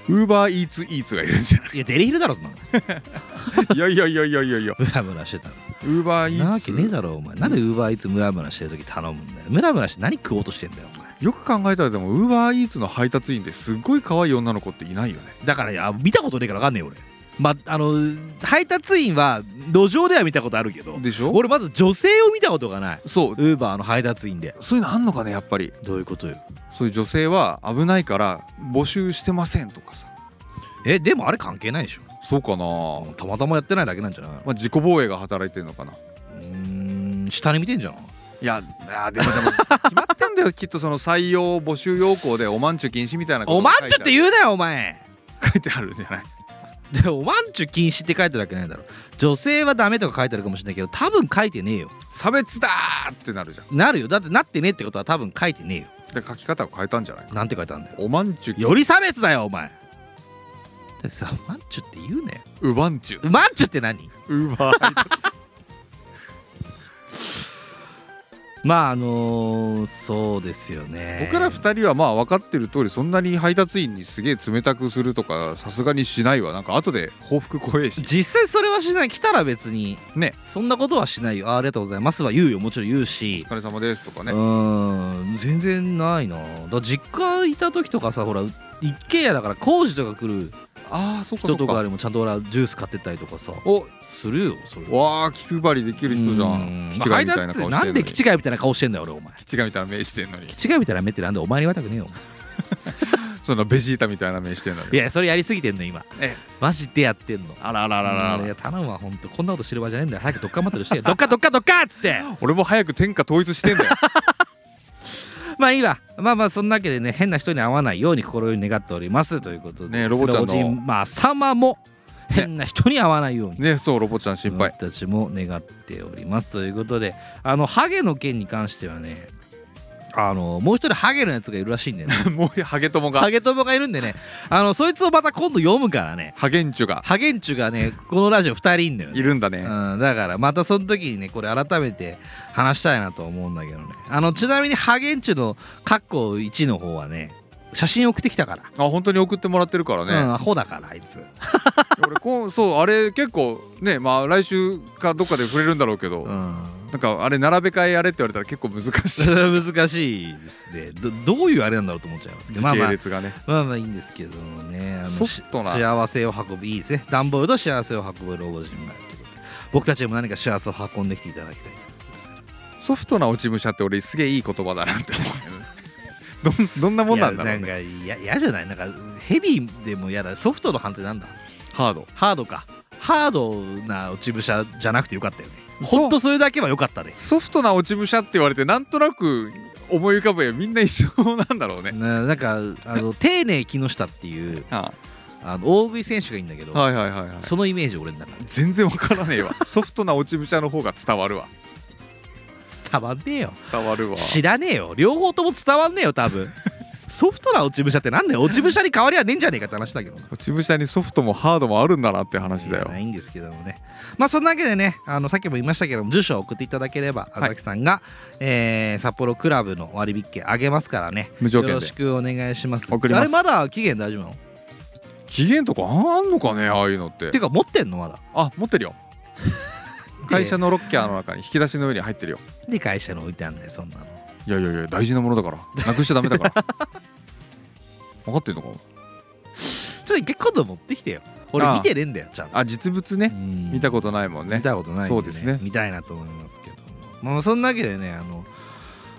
Speaker 2: お前
Speaker 1: ウーバーイーツイーツがいるんじゃない
Speaker 2: やデリヒルだろそんなの
Speaker 1: いいやいやいやいやいやいや
Speaker 2: ムラムラしてたの
Speaker 1: ウーバーイ
Speaker 2: な
Speaker 1: ー
Speaker 2: わ
Speaker 1: ツ
Speaker 2: けねえだろお前なんでウーバーイーツムラムラしてる時頼むんだよムラムラして何食おうとしてんだよお前
Speaker 1: よく考えたらでもウーバーイーツの配達員ですっごい可愛い女の子っていないよね
Speaker 2: だからいや見たことねえから分かんねえよ俺まあの配達員は路上では見たことあるけど
Speaker 1: でしょ
Speaker 2: 俺まず女性を見たことがない
Speaker 1: そう
Speaker 2: ウーバーの配達員で
Speaker 1: そういうのあんのかねやっぱり
Speaker 2: どういうことよ
Speaker 1: そういう女性は危ないから募集してませんとかさ
Speaker 2: えでもあれ関係ないでしょ
Speaker 1: そうかな
Speaker 2: あたまたまやってないだけなんじゃないの
Speaker 1: まあ、自己防衛が働いてるのかないう
Speaker 2: ーん下に見てんじゃん
Speaker 1: やいやでもでも 決まってんだよきっとその採用募集要項でおまんちゅ禁止みたいなこと
Speaker 2: おまんちゅって
Speaker 1: う
Speaker 2: 言うなよお前
Speaker 1: 書いてあるんじゃない
Speaker 2: でおまんちゅ禁止って書いてるわけないだろ女性はダメとか書いてあるかもしれないけど多分書いてねえよ
Speaker 1: 差別だーってなるじゃん
Speaker 2: なるよだってなってねえってことは多分書いてねえよ
Speaker 1: で書き方を変えたんじゃない
Speaker 2: なんて書いてあるんだよ
Speaker 1: おまんちゅ
Speaker 2: より差別だよお前でさおまんちゅって言うなよ
Speaker 1: うばんちゅ
Speaker 2: うまんちゅって何
Speaker 1: ウーバーイーツ
Speaker 2: まああのーそうですよね
Speaker 1: 僕ら2人はまあ分かってる通りそんなに配達員にすげえ冷たくするとかさすがにしないわなんか後で報復怖えし
Speaker 2: 実際それはしない来たら別に
Speaker 1: ね
Speaker 2: そんなことはしないよあありがとうございますは言うよもちろん言うし
Speaker 1: お疲れ様ですとかね
Speaker 2: うーん全然ないなだ実家いた時とかさほら一軒家だから工事とか来る
Speaker 1: ああそっかそ
Speaker 2: 人
Speaker 1: っ
Speaker 2: とか
Speaker 1: か
Speaker 2: でもちゃんとほらジュース買ってったりとかさ
Speaker 1: お
Speaker 2: するよそれは
Speaker 1: わあ気配りできる人じゃん気違いみたいな顔して
Speaker 2: ん
Speaker 1: ん
Speaker 2: な
Speaker 1: の
Speaker 2: ん
Speaker 1: に
Speaker 2: で気違いみたいな顔してんだよ俺お前
Speaker 1: 気違いみたいな目してんのに
Speaker 2: 気違いみたいな目ってなんでお前に言われたくねえよ
Speaker 1: そのベジータみたいな目してんのに
Speaker 2: いやそれやりすぎてんの今
Speaker 1: ええ
Speaker 2: マジでやってんの
Speaker 1: あらあらあらあらあ
Speaker 2: い
Speaker 1: ら
Speaker 2: や頼むわ本当こんなことしてる場合じゃねえんだよ早くどっかまってるしてよどっかどっかどっかっ つって
Speaker 1: 俺も早く天下統一してんだよ
Speaker 2: まあいいわまあまあそんなわけでね変な人に会わないように心より願っておりますということで
Speaker 1: ねロボちゃんの
Speaker 2: スロジンまあ様も変な人に会わないように、
Speaker 1: ねそうロボちゃん心配
Speaker 2: 僕たちも願っておりますということであのハゲの件に関してはねあのもう一人ハゲのやつがいるらしいん でね
Speaker 1: もうハゲ友が
Speaker 2: ハゲ友がいるんでねあのそいつをまた今度読むからね
Speaker 1: ハゲンチュが
Speaker 2: ハゲンチュがねこのラジオ2人いんだよね
Speaker 1: いるんだね
Speaker 2: うん、だからまたその時にねこれ改めて話したいなと思うんだけどねあのちなみにハゲンチュの括弧1の方はね写真送ってきたから、
Speaker 1: あ本当に送ってもらってるから
Speaker 2: うん
Speaker 1: ね、
Speaker 2: アホだからあいつ、
Speaker 1: 俺こうそうあれ結構ねまあ来週かどっかで触れるんだろうけど、
Speaker 2: うん
Speaker 1: なんかあれ並べ替えやれって言われたら結構難しい
Speaker 2: それは難しいですねどどういうあれなんだろうと思っちゃいますけ
Speaker 1: 時
Speaker 2: ど まあ
Speaker 1: 系
Speaker 2: まあ
Speaker 1: 列がね、
Speaker 2: まあまあいいんですけどもねあの
Speaker 1: ソフトな
Speaker 2: し幸せを運ぶいいですね段ボールと幸せを運ぶロボジンがあるということで僕たちにも何か幸せを運んできていただきたいということですから
Speaker 1: ソフトな落ち武者って俺すげえいい言葉だなって思う けどねどんどんなもんなんだろう
Speaker 2: い
Speaker 1: ね
Speaker 2: やなんかや嫌じゃないなんかヘビーでも嫌だソフトの反対なんだ
Speaker 1: ハード
Speaker 2: ハードかハードな落ち武者じゃなくてよかったよね
Speaker 1: そう
Speaker 2: ほんとそれだけはよかったね
Speaker 1: ソフトな落ち武者って言われてなんとなく思い浮かぶやみんな一緒なんだろうね、
Speaker 2: ななんかあ の丁寧木下っていう
Speaker 1: は
Speaker 2: あの大食い選手がいいんだけど、
Speaker 1: あはいはいはいはい
Speaker 2: そのイメージ俺の中で
Speaker 1: 全然わからねえ わソフトな落ち武者の方が伝わるわ
Speaker 2: 伝わんねえよ
Speaker 1: 伝わるわ
Speaker 2: 知らねえよ両方とも伝わんねえよ多 分ソフトな落ち武者ってなんだよ落ち武者に変わりはねえんじゃねえかって話だけどな
Speaker 1: 落ち武者にソフトもハードもあるんだなって話だ
Speaker 2: いや
Speaker 1: よ
Speaker 2: ないんですけどもねまあそんなわけでねあのさっきも言いましたけども住所を送っていただければ
Speaker 1: い
Speaker 2: あざきさんが、えー札幌クラブの割引券あげますからね
Speaker 1: 無条
Speaker 2: よ
Speaker 1: 件
Speaker 2: ろ
Speaker 1: で
Speaker 2: しくお願いします
Speaker 1: 送ります
Speaker 2: あれまだ期限大丈夫なのっ
Speaker 1: 期限とかあんのかねああいうのって
Speaker 2: ていうか持ってんのまだ
Speaker 1: あ持っ てるよ会社のロッキャーの中に引き出しの上に入ってるよ
Speaker 2: で会社に置いてあんだよそんなの
Speaker 1: いやいやいや大事なものだからなくしちゃダメだから 分かってんのか
Speaker 2: ちょっと一回今度持ってきてよ
Speaker 1: あ
Speaker 2: 俺
Speaker 1: あ
Speaker 2: 見てねえんだよちゃんと
Speaker 1: あ実物ね見た
Speaker 2: こ
Speaker 1: ことないもんね
Speaker 2: 見たことないん
Speaker 1: そうですね
Speaker 2: 見たいなと思いますけどもまあそんなわけでねあの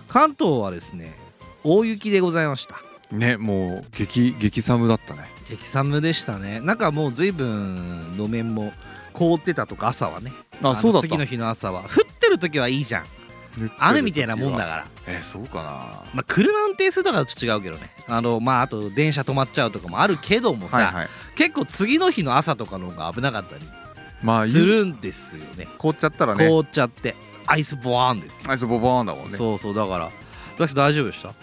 Speaker 2: 関東はですね大雪でございました
Speaker 1: ねもう激激寒だったね
Speaker 2: 激寒でしたねなんかもう随分路面も凍ってたとか朝はね
Speaker 1: あ
Speaker 2: の
Speaker 1: そうだった
Speaker 2: 次の日の朝は降ってる時はいいじゃん雨みたいなもんだから、
Speaker 1: えーそうかな
Speaker 2: まあ、車運転するとかはちょっと違うけどねあのまああと電車止まっちゃうとかもあるけどもさ、
Speaker 1: はいはい
Speaker 2: 結構次の日の朝とかの方が危なかったり
Speaker 1: まあ
Speaker 2: す
Speaker 1: ゆ
Speaker 2: るんですよね
Speaker 1: 凍っちゃったらね
Speaker 2: 凍っちゃってアイスボワーンですよ、
Speaker 1: あいつボバーンだもんね
Speaker 2: そうそうだから私大丈夫でした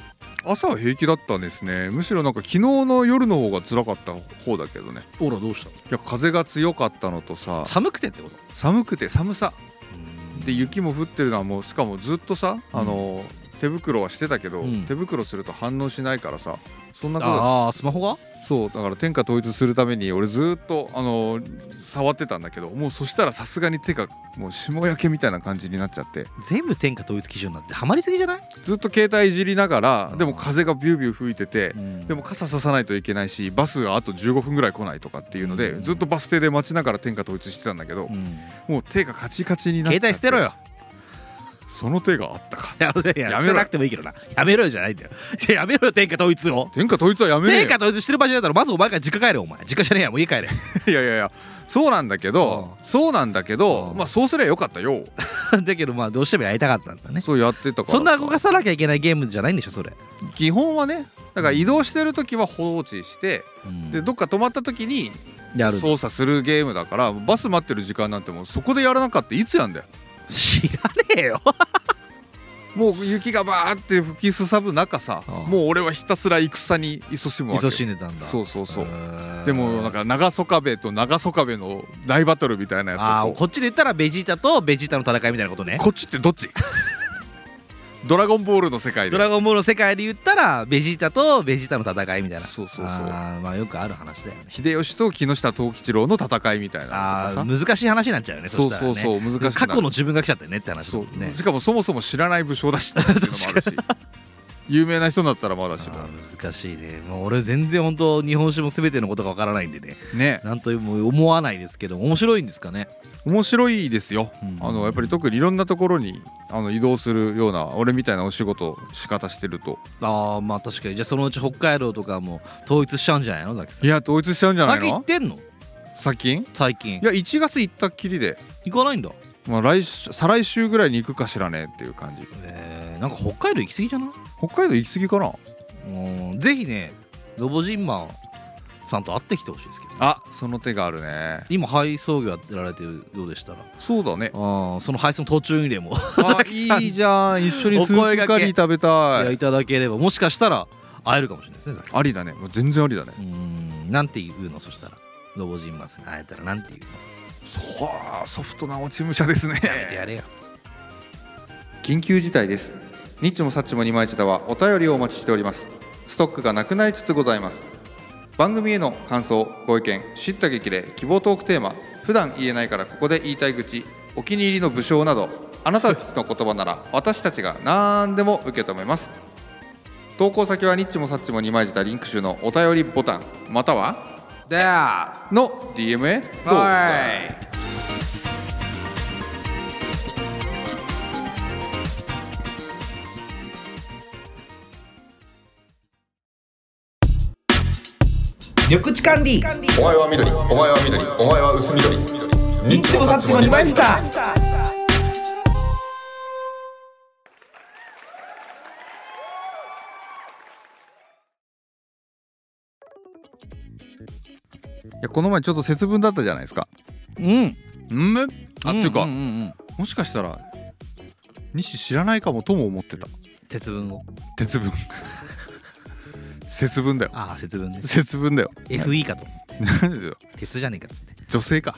Speaker 1: 朝は平気だったんですねむしろなんか昨日の夜の方が辛かった方だけどね
Speaker 2: ほらどうした
Speaker 1: いや風が強かったのとさ
Speaker 2: 寒くてってこと
Speaker 1: 寒くて寒さで雪も降ってるのはもうしかもずっとさ、
Speaker 2: うん
Speaker 1: あの手袋はしてたけど、
Speaker 2: うん
Speaker 1: 手袋すると反応しないからさそんなこと
Speaker 2: ああスマホが
Speaker 1: そうだから天下統一するために俺ずっとあの触ってたんだけどもうそしたらさすがに手がもう霜焼けみたいな感じになっちゃって
Speaker 2: 全部天下統一基準になってハマりすぎじゃない、
Speaker 1: ずっと携帯いじりながら
Speaker 2: うん
Speaker 1: でも風がビュービュー吹いてて
Speaker 2: うん
Speaker 1: でも傘ささないといけないしバスがあと15分ぐらい来ないとかっていうので
Speaker 2: うん
Speaker 1: ずっとバス停で待ちながら天下統一してたんだけど
Speaker 2: うん
Speaker 1: もう手がカチカチになっちゃっ
Speaker 2: 携
Speaker 1: て
Speaker 2: 帯捨てろよ
Speaker 1: その手があったか
Speaker 2: やめろよ
Speaker 1: や
Speaker 2: や
Speaker 1: めろよ
Speaker 2: めなくてもいいけどなやめろよじゃないんだよいややめろよ天下統一を
Speaker 1: 天下統一はやめねえ
Speaker 2: 天
Speaker 1: よ
Speaker 2: 下統一してる場所だったらまずお前から実家帰れお前実家じゃねえやもう家帰れ
Speaker 1: いやいやいやそうなんだけどそうなんだけど
Speaker 2: うん
Speaker 1: まあそうすりゃよかったよ
Speaker 2: だけどまあどうしてもやりたかったんだね
Speaker 1: そうやってたから
Speaker 2: そんな動かさなきゃいけないゲームじゃないんでしょそれ、
Speaker 1: 基本はねだから移動してる時は放置してで
Speaker 2: で
Speaker 1: どっか止まった時に
Speaker 2: やる
Speaker 1: 操作するゲームだからバス待ってる時間なんてもうそこでやらなかったらいつやんだよ
Speaker 2: 知らねえ よ
Speaker 1: もう雪がバーって吹きすさぶ中さ
Speaker 2: ああ
Speaker 1: もう俺はひたすら戦に勤しむわけ
Speaker 2: 勤しんでたんだ
Speaker 1: そうそうそう
Speaker 2: ーん
Speaker 1: でもなんか長曽我部と長曽我部の大バトルみたいなやつ
Speaker 2: あ
Speaker 1: を
Speaker 2: ーこっちで言ったらベジータとベジータの戦いみたいなことね
Speaker 1: こっちってどっち ドラゴンボールの世界で
Speaker 2: ドラゴンボールの世界で言ったらベジータとベジータの戦いみたいな
Speaker 1: そうそうそう
Speaker 2: あーまあよくある話だよね
Speaker 1: 秀吉と木下藤吉郎の戦いみたいな
Speaker 2: あ
Speaker 1: のと
Speaker 2: あ
Speaker 1: かさ
Speaker 2: 難しい話になっちゃうよね
Speaker 1: そう
Speaker 2: したら
Speaker 1: そう
Speaker 2: ね
Speaker 1: そう難しくなる
Speaker 2: 過去の自分が来ちゃってねって話だ
Speaker 1: そ
Speaker 2: も
Speaker 1: うん
Speaker 2: ね
Speaker 1: しかもそもそも知らない武将だしっていうのもあるし 有名な人になったらまだしも
Speaker 2: あー難しいねもう俺全然本当日本史も全てのことがわからないんでね
Speaker 1: ね
Speaker 2: なんとも思わないですけど面白いんですかね
Speaker 1: 面白いですよ、
Speaker 2: うん
Speaker 1: あのやっぱり特にいろんなところにあの移動するような俺みたいなお仕事仕方してると
Speaker 2: ああまあ確かにじゃあそのうち北海道とかも統一しちゃうんじゃないのザキさ
Speaker 1: い
Speaker 2: ん
Speaker 1: や統一しちゃうんじゃない
Speaker 2: 先行っ
Speaker 1: の
Speaker 2: てんの
Speaker 1: 最近
Speaker 2: 最近
Speaker 1: いや1月行ったっきりで、
Speaker 2: 行かないんだ
Speaker 1: まあ、来週再来週ぐらいに行くかしらねっていう感じ
Speaker 2: えー、なんか北海道行き過ぎじゃない
Speaker 1: 北海道行き過ぎかな
Speaker 2: うんぜひねロボジンマンさんと会ってきてほしいですけど、ね、
Speaker 1: あその手があるね
Speaker 2: 今配送業やってられてるようでしたら
Speaker 1: そうだ ね
Speaker 2: あーその配送の途中にでも
Speaker 1: あ
Speaker 2: 崎さん
Speaker 1: いいじゃん一緒にス
Speaker 2: お
Speaker 1: ー
Speaker 2: 声
Speaker 1: プ
Speaker 2: 掛
Speaker 1: カ
Speaker 2: け
Speaker 1: リー食べた
Speaker 2: い
Speaker 1: い
Speaker 2: ただければもしかしたら会えるかもしれないですねザキさん
Speaker 1: ありだねもう全然ありだね
Speaker 2: うんなんて言うのそしたらロボジンマンさんに会えたらなんて言うの
Speaker 1: そうソフトな落ち武者ですね
Speaker 2: やめてやれよ
Speaker 1: 緊急事態ですニッチもサッチも二枚舌はお便りをお待ちしておりますストックがなくなりつつございます番組への感想ご意見知った激励希望トークテーマ普段言えないからここで言いたい口お気に入りの武将などあなたたちの言葉なら私たちが何でも受け止めます投稿先はニッチもサッチも二枚舌リンク集のお便りボタンまたは
Speaker 2: では
Speaker 1: の DM へどうぞ
Speaker 3: 緑地管理
Speaker 4: お前は緑お前は緑お前は薄緑ニッチもサッチも二枚舌
Speaker 1: いやこの前ちょっと節分だったじゃないですか
Speaker 2: うん
Speaker 1: うんあっていうか、
Speaker 2: んんんうん
Speaker 1: もしかしたら西知らないかもとも思ってた
Speaker 2: 鉄分を
Speaker 1: 節分 節分だよ
Speaker 2: ああ節分ね
Speaker 1: 節分だよ
Speaker 2: FE かと
Speaker 1: なんでだよ
Speaker 2: 鉄じゃねえかっつって
Speaker 1: 女性か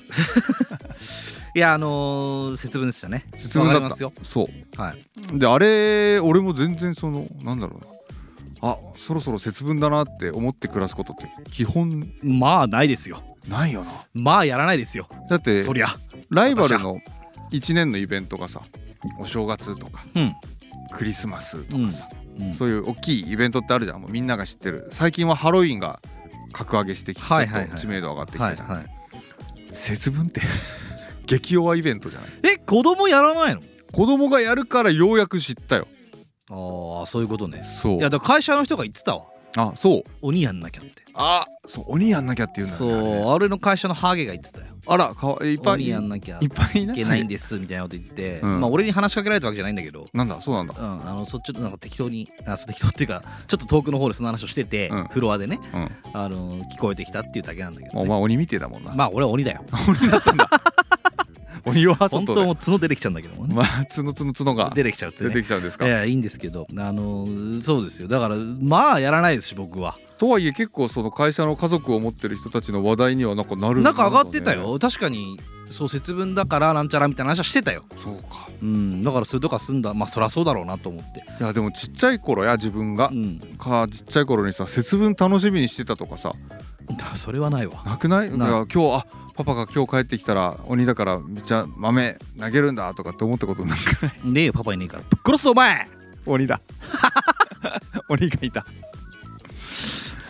Speaker 2: いやあのー、節分でしたね
Speaker 1: 節分だ
Speaker 2: わかり
Speaker 1: っ
Speaker 2: ま
Speaker 1: た
Speaker 2: すよ
Speaker 1: そ
Speaker 2: はいう
Speaker 1: であれ俺も全然そのなんだろうなあそろそろ節分だなって思って暮らすことって基本
Speaker 2: まあないですよ
Speaker 1: ないよな
Speaker 2: まあやらないですよ
Speaker 1: だって
Speaker 2: そりゃ
Speaker 1: ライバルの1年のイベントがさお正月とか
Speaker 2: うん
Speaker 1: クリスマスとかさ、
Speaker 2: うん
Speaker 1: そういう大きいイベントってあるじゃんもうみんなが知ってる最近はハロウィンが格上げしてきて、
Speaker 2: はいはいは
Speaker 1: ち
Speaker 2: い
Speaker 1: ょっと知名度上がってき
Speaker 2: は
Speaker 1: た
Speaker 2: い
Speaker 1: じゃん、
Speaker 2: はい
Speaker 1: 節分って 激弱イベントじゃない
Speaker 2: え子供やらない
Speaker 1: 子供がやるからようやく知ったよ
Speaker 2: のああそういうことね
Speaker 1: そ
Speaker 2: いやだから会社の人が言ってたわ
Speaker 1: あそう
Speaker 2: 鬼やんなきゃって
Speaker 1: あそう鬼やんなきゃっていうんだ
Speaker 2: そ
Speaker 1: よねあれね
Speaker 2: うあれの会社のハゲが言ってたよ
Speaker 1: あらかわいいっぱい
Speaker 2: 鬼
Speaker 1: い
Speaker 2: やん
Speaker 1: っ
Speaker 2: なきゃ
Speaker 1: ぱいい
Speaker 2: い
Speaker 1: な
Speaker 2: けないんですみたいなこと言ってて、
Speaker 1: うん
Speaker 2: まあ俺に話しかけられたわけじゃないんだけど
Speaker 1: なんだそうなんだ
Speaker 2: うん、あのそっちょっとなんか適当にあそう適当っていうかちょっと遠くの方でその話をしてて、
Speaker 1: うん
Speaker 2: フロアでね、
Speaker 1: うん
Speaker 2: あの聞こえてきたっていうだけなんだけど、
Speaker 1: お
Speaker 2: ね、
Speaker 1: 前鬼みてえだもんな、
Speaker 2: まあ俺は 鬼だよ
Speaker 1: 鬼は
Speaker 2: 本
Speaker 1: 外
Speaker 2: 当
Speaker 1: で
Speaker 2: もう角出てきちゃうんだけどもね、
Speaker 1: まあつのつのつのが
Speaker 2: 出てきちゃうって
Speaker 1: 出て
Speaker 2: ね
Speaker 1: きちゃうんです
Speaker 2: い
Speaker 1: か、
Speaker 2: やいいんですけどあのそうですよだからまあやらないですし僕は
Speaker 1: とはいえ結構その会社の家族を持ってる人たちの話題にはなんかなる
Speaker 2: なんか上がって
Speaker 1: ね
Speaker 2: たよ、確かにそう節分だからなんちゃらみたいな話はしてたよ
Speaker 1: そうか
Speaker 2: うんだからそれとか済んだまあそりゃそうだろうなと思って
Speaker 1: いやでもちっちゃい頃や自分が
Speaker 2: う、ん
Speaker 1: かちっちゃい頃にさ節分楽しみにしてたとかさ
Speaker 2: それはないわ
Speaker 1: なくない
Speaker 2: ない
Speaker 1: いや今日あパパが今日帰ってきたら鬼だからめっちゃ豆投げるんだとかって思ったことなんかない
Speaker 2: ねえよパパいねえからぶっ殺すお前
Speaker 1: 鬼 だ鬼がいた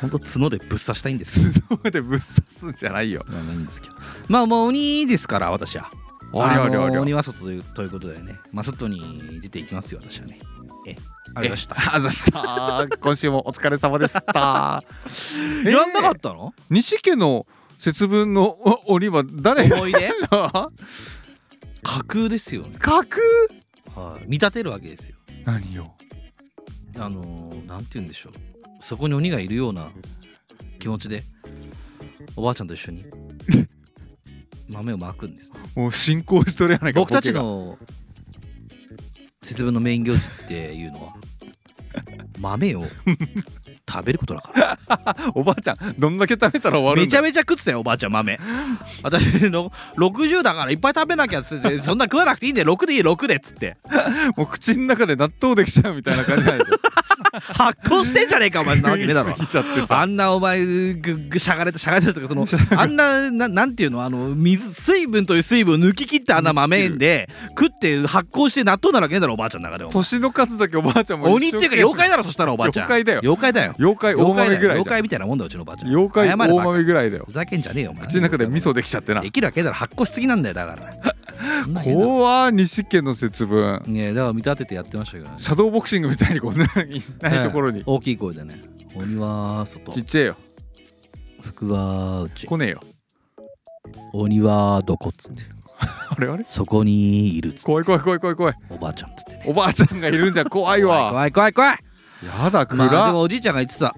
Speaker 2: 本当角でぶっ刺したいんです
Speaker 1: 角でぶっ刺すんじゃないよ
Speaker 2: まあまあいいんですけどまあもう鬼ですから私は
Speaker 1: ありゃありゃあ
Speaker 2: の
Speaker 1: りゃ
Speaker 2: 鬼は外というということでねまあ外に出ていきますよ私はねえ あれました
Speaker 1: あざした今週もお疲れ様でした えー
Speaker 2: やんなかったの
Speaker 1: 西家の節分のお鬼は誰が
Speaker 2: 思い出
Speaker 1: 架
Speaker 2: 架空ですよね
Speaker 1: 空
Speaker 2: はい見立てるわけですよ
Speaker 1: 何よ
Speaker 2: あのー、なんて言うんでしょうそこに鬼がいるような気持ちでおばあちゃんと 一緒に豆をまくんです
Speaker 1: もう進行しとるやないか
Speaker 2: 僕た
Speaker 1: ボケ
Speaker 2: ち
Speaker 1: が
Speaker 2: の 節分のメイン行事っていうのは豆を食べることだから
Speaker 1: おばあちゃんどんだけ食べたら終わる
Speaker 2: め
Speaker 1: ん
Speaker 2: ちゃ
Speaker 1: だ
Speaker 2: めちゃ食ってたよおばあちゃん豆私の60だからいっぱい食べなきゃっつってそんな食わなくていいんで6でいい6でっつって
Speaker 1: もう口の中で納豆できちゃうみたいな感じなんでしょ
Speaker 2: 発酵してんじゃねえかお前なわけねえだろ
Speaker 1: 食い過ぎちゃってさ
Speaker 2: あんなお前ぐぐしゃがれたしゃがれた とかそのあんなななんていうのあの水水分という水分を抜き切ったあんな豆で食って発酵して納豆なわけねえだろおばあちゃんの中でお前
Speaker 1: 年の数だけおばあちゃんも
Speaker 2: 鬼っていうか妖怪だろそしたらおばあちゃん
Speaker 1: 妖怪だよ
Speaker 2: 妖怪だよ
Speaker 1: 妖怪大豆ぐらい
Speaker 2: 妖
Speaker 1: じゃん
Speaker 2: 怪みたいなもんだようちのおばあちゃん
Speaker 1: 妖怪
Speaker 2: 謝れバ
Speaker 1: 大
Speaker 2: カ
Speaker 1: 豆ぐらいだよ
Speaker 2: ふざけんじゃねえよお前
Speaker 1: 口の中で味噌できちゃってな
Speaker 2: できるわけだろ発酵しすぎなんだよだからこ
Speaker 1: 怖西家の節分
Speaker 2: うねえだから見立ててやってましたけどね
Speaker 1: シャドーボクシングみたいにこんなにないところに
Speaker 2: 大きい声でね鬼は外
Speaker 1: ちっちゃいよ
Speaker 2: 福は内
Speaker 1: 来ねえよ
Speaker 2: 鬼はどこっつって
Speaker 1: あれあれ
Speaker 2: そこにいるっつって
Speaker 1: 怖い怖い怖い怖い怖い
Speaker 2: おばあちゃんっつってね
Speaker 1: おばあちゃんがいるんじゃ怖いわ
Speaker 2: 怖い怖い怖い
Speaker 1: やだ
Speaker 2: まあで
Speaker 1: 暗
Speaker 2: もおじいちゃんが言ってた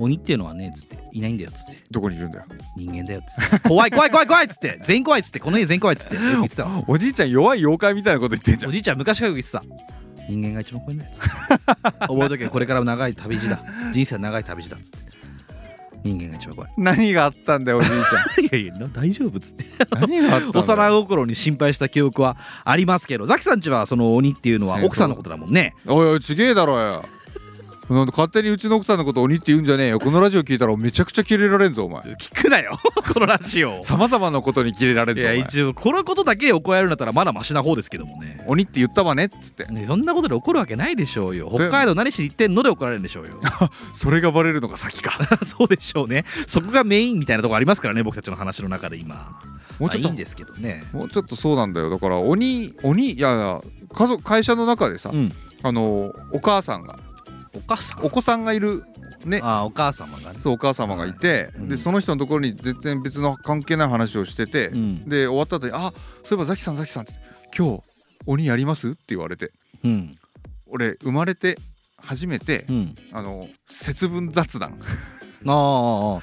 Speaker 2: 鬼っていうのはねつっていないんだよつって
Speaker 1: どこにいるんだよ
Speaker 2: 人間だよつって怖い怖い怖い怖いっつって 全員怖いっつってこの家全員怖いっつってよく言 ってたわ
Speaker 1: おじいちゃん弱い妖怪みたいなこと言ってんじ ゃ
Speaker 2: お
Speaker 1: ん
Speaker 2: じいちゃん昔からよく言ってた人間が一番怖いんだよつって 覚えとけよこれからも長い旅 路だ人生は長い旅路だっつって人間が一番怖い
Speaker 1: 何があったんだよおじいち
Speaker 2: いやいやな大丈夫っつって
Speaker 1: ゃん何があったんだよ
Speaker 2: 幼心に心配した記憶はありますけどザキさんちはその鬼っていうのは奥さんのことだもんね
Speaker 1: おいおいちげえだろよなんで勝手にうちの奥さんのこと鬼って言うんじゃねえよこのラジオ聞いたらめちゃくちゃキレられんぞお前
Speaker 2: 聞くなよ このラジオ
Speaker 1: さまざまなことにキレられん
Speaker 2: い
Speaker 1: ぞお
Speaker 2: や
Speaker 1: 前
Speaker 2: 一応このことだけで怒られるんだったらまだマシな方ですけどもね
Speaker 1: 鬼って言ったわねっつって
Speaker 2: ねそんなことで怒るわけないでしょうよ北海道何しに行ってんので怒られるんでしょ うよ
Speaker 1: それがバレるのが先か
Speaker 2: そうでしょうねそこがメインみたいなとこありますからね僕たちの話の中で今
Speaker 1: もうちょっと
Speaker 2: まあいいんですけどね
Speaker 1: もうちょっとそうなんだよだから鬼鬼いやいや家族会社の中でさ、
Speaker 2: うん
Speaker 1: あのお母さんが
Speaker 2: お母さん
Speaker 1: お子さんがいるね
Speaker 2: あお母様がね
Speaker 1: そうお母様がいて、
Speaker 2: うん
Speaker 1: でその人のところに全然別の関係ない話をしてて、
Speaker 2: うん
Speaker 1: で終わった後に「あそういえばザキさんザキさん」って今日鬼やります?」って言われて
Speaker 2: うん
Speaker 1: 俺生まれて初めて、
Speaker 2: うん
Speaker 1: あの節分雑談
Speaker 2: ああああ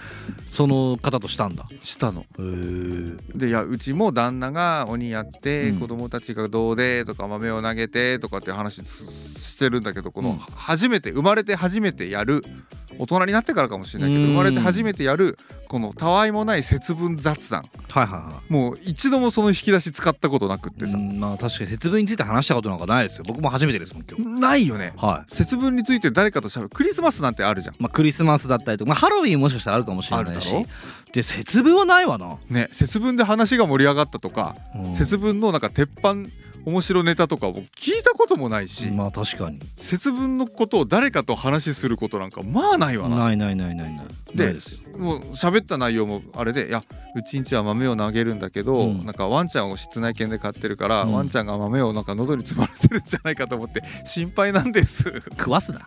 Speaker 2: その方としたんだへ
Speaker 1: したの。
Speaker 2: え
Speaker 1: でいやうちも旦那が鬼やって、
Speaker 2: うん
Speaker 1: 子供たちがどうでとか豆を投げてとかって話すしてるんだけどこの、
Speaker 2: うん
Speaker 1: 初めて生まれて初めてやる大人になってからかもしれないけど
Speaker 2: うん
Speaker 1: 生まれて初めてやるこのたわいもない節分雑談
Speaker 2: はいはいは
Speaker 1: もう一度もその引き出し使ったことなくっ
Speaker 2: い
Speaker 1: て
Speaker 2: でさ
Speaker 1: さ、
Speaker 2: まあ確かに節分について話したことなんかないですよ僕も初めてですもん今日
Speaker 1: ないよね
Speaker 2: はい
Speaker 1: 節分について誰かとしゃべるクリスマスなんてあるじゃん
Speaker 2: まあ、クリスマスだったりとか、まあ、ハロウィンもしかしたらあるかもしれ
Speaker 1: あ
Speaker 2: ない
Speaker 1: るだ
Speaker 2: し
Speaker 1: ろ
Speaker 2: で節分はないわな、
Speaker 1: ね節分で話が盛り上がったとか、節分のなんか鉄板面白ネタとかを聞いたこともないし、
Speaker 2: まあ確かに
Speaker 1: 節分のことを誰かと話しすることなんかまあないわな。
Speaker 2: ないないないないない
Speaker 1: で
Speaker 2: ないですよ
Speaker 1: もう喋った内容もあれで「いやうちんちは豆を投げるんだけど、
Speaker 2: うん
Speaker 1: なんかワンちゃんを室内犬で飼ってるから、
Speaker 2: うん
Speaker 1: ワンちゃんが豆をなんか喉に詰まらせるんじゃないかと思って心配なんです」
Speaker 2: 食わすな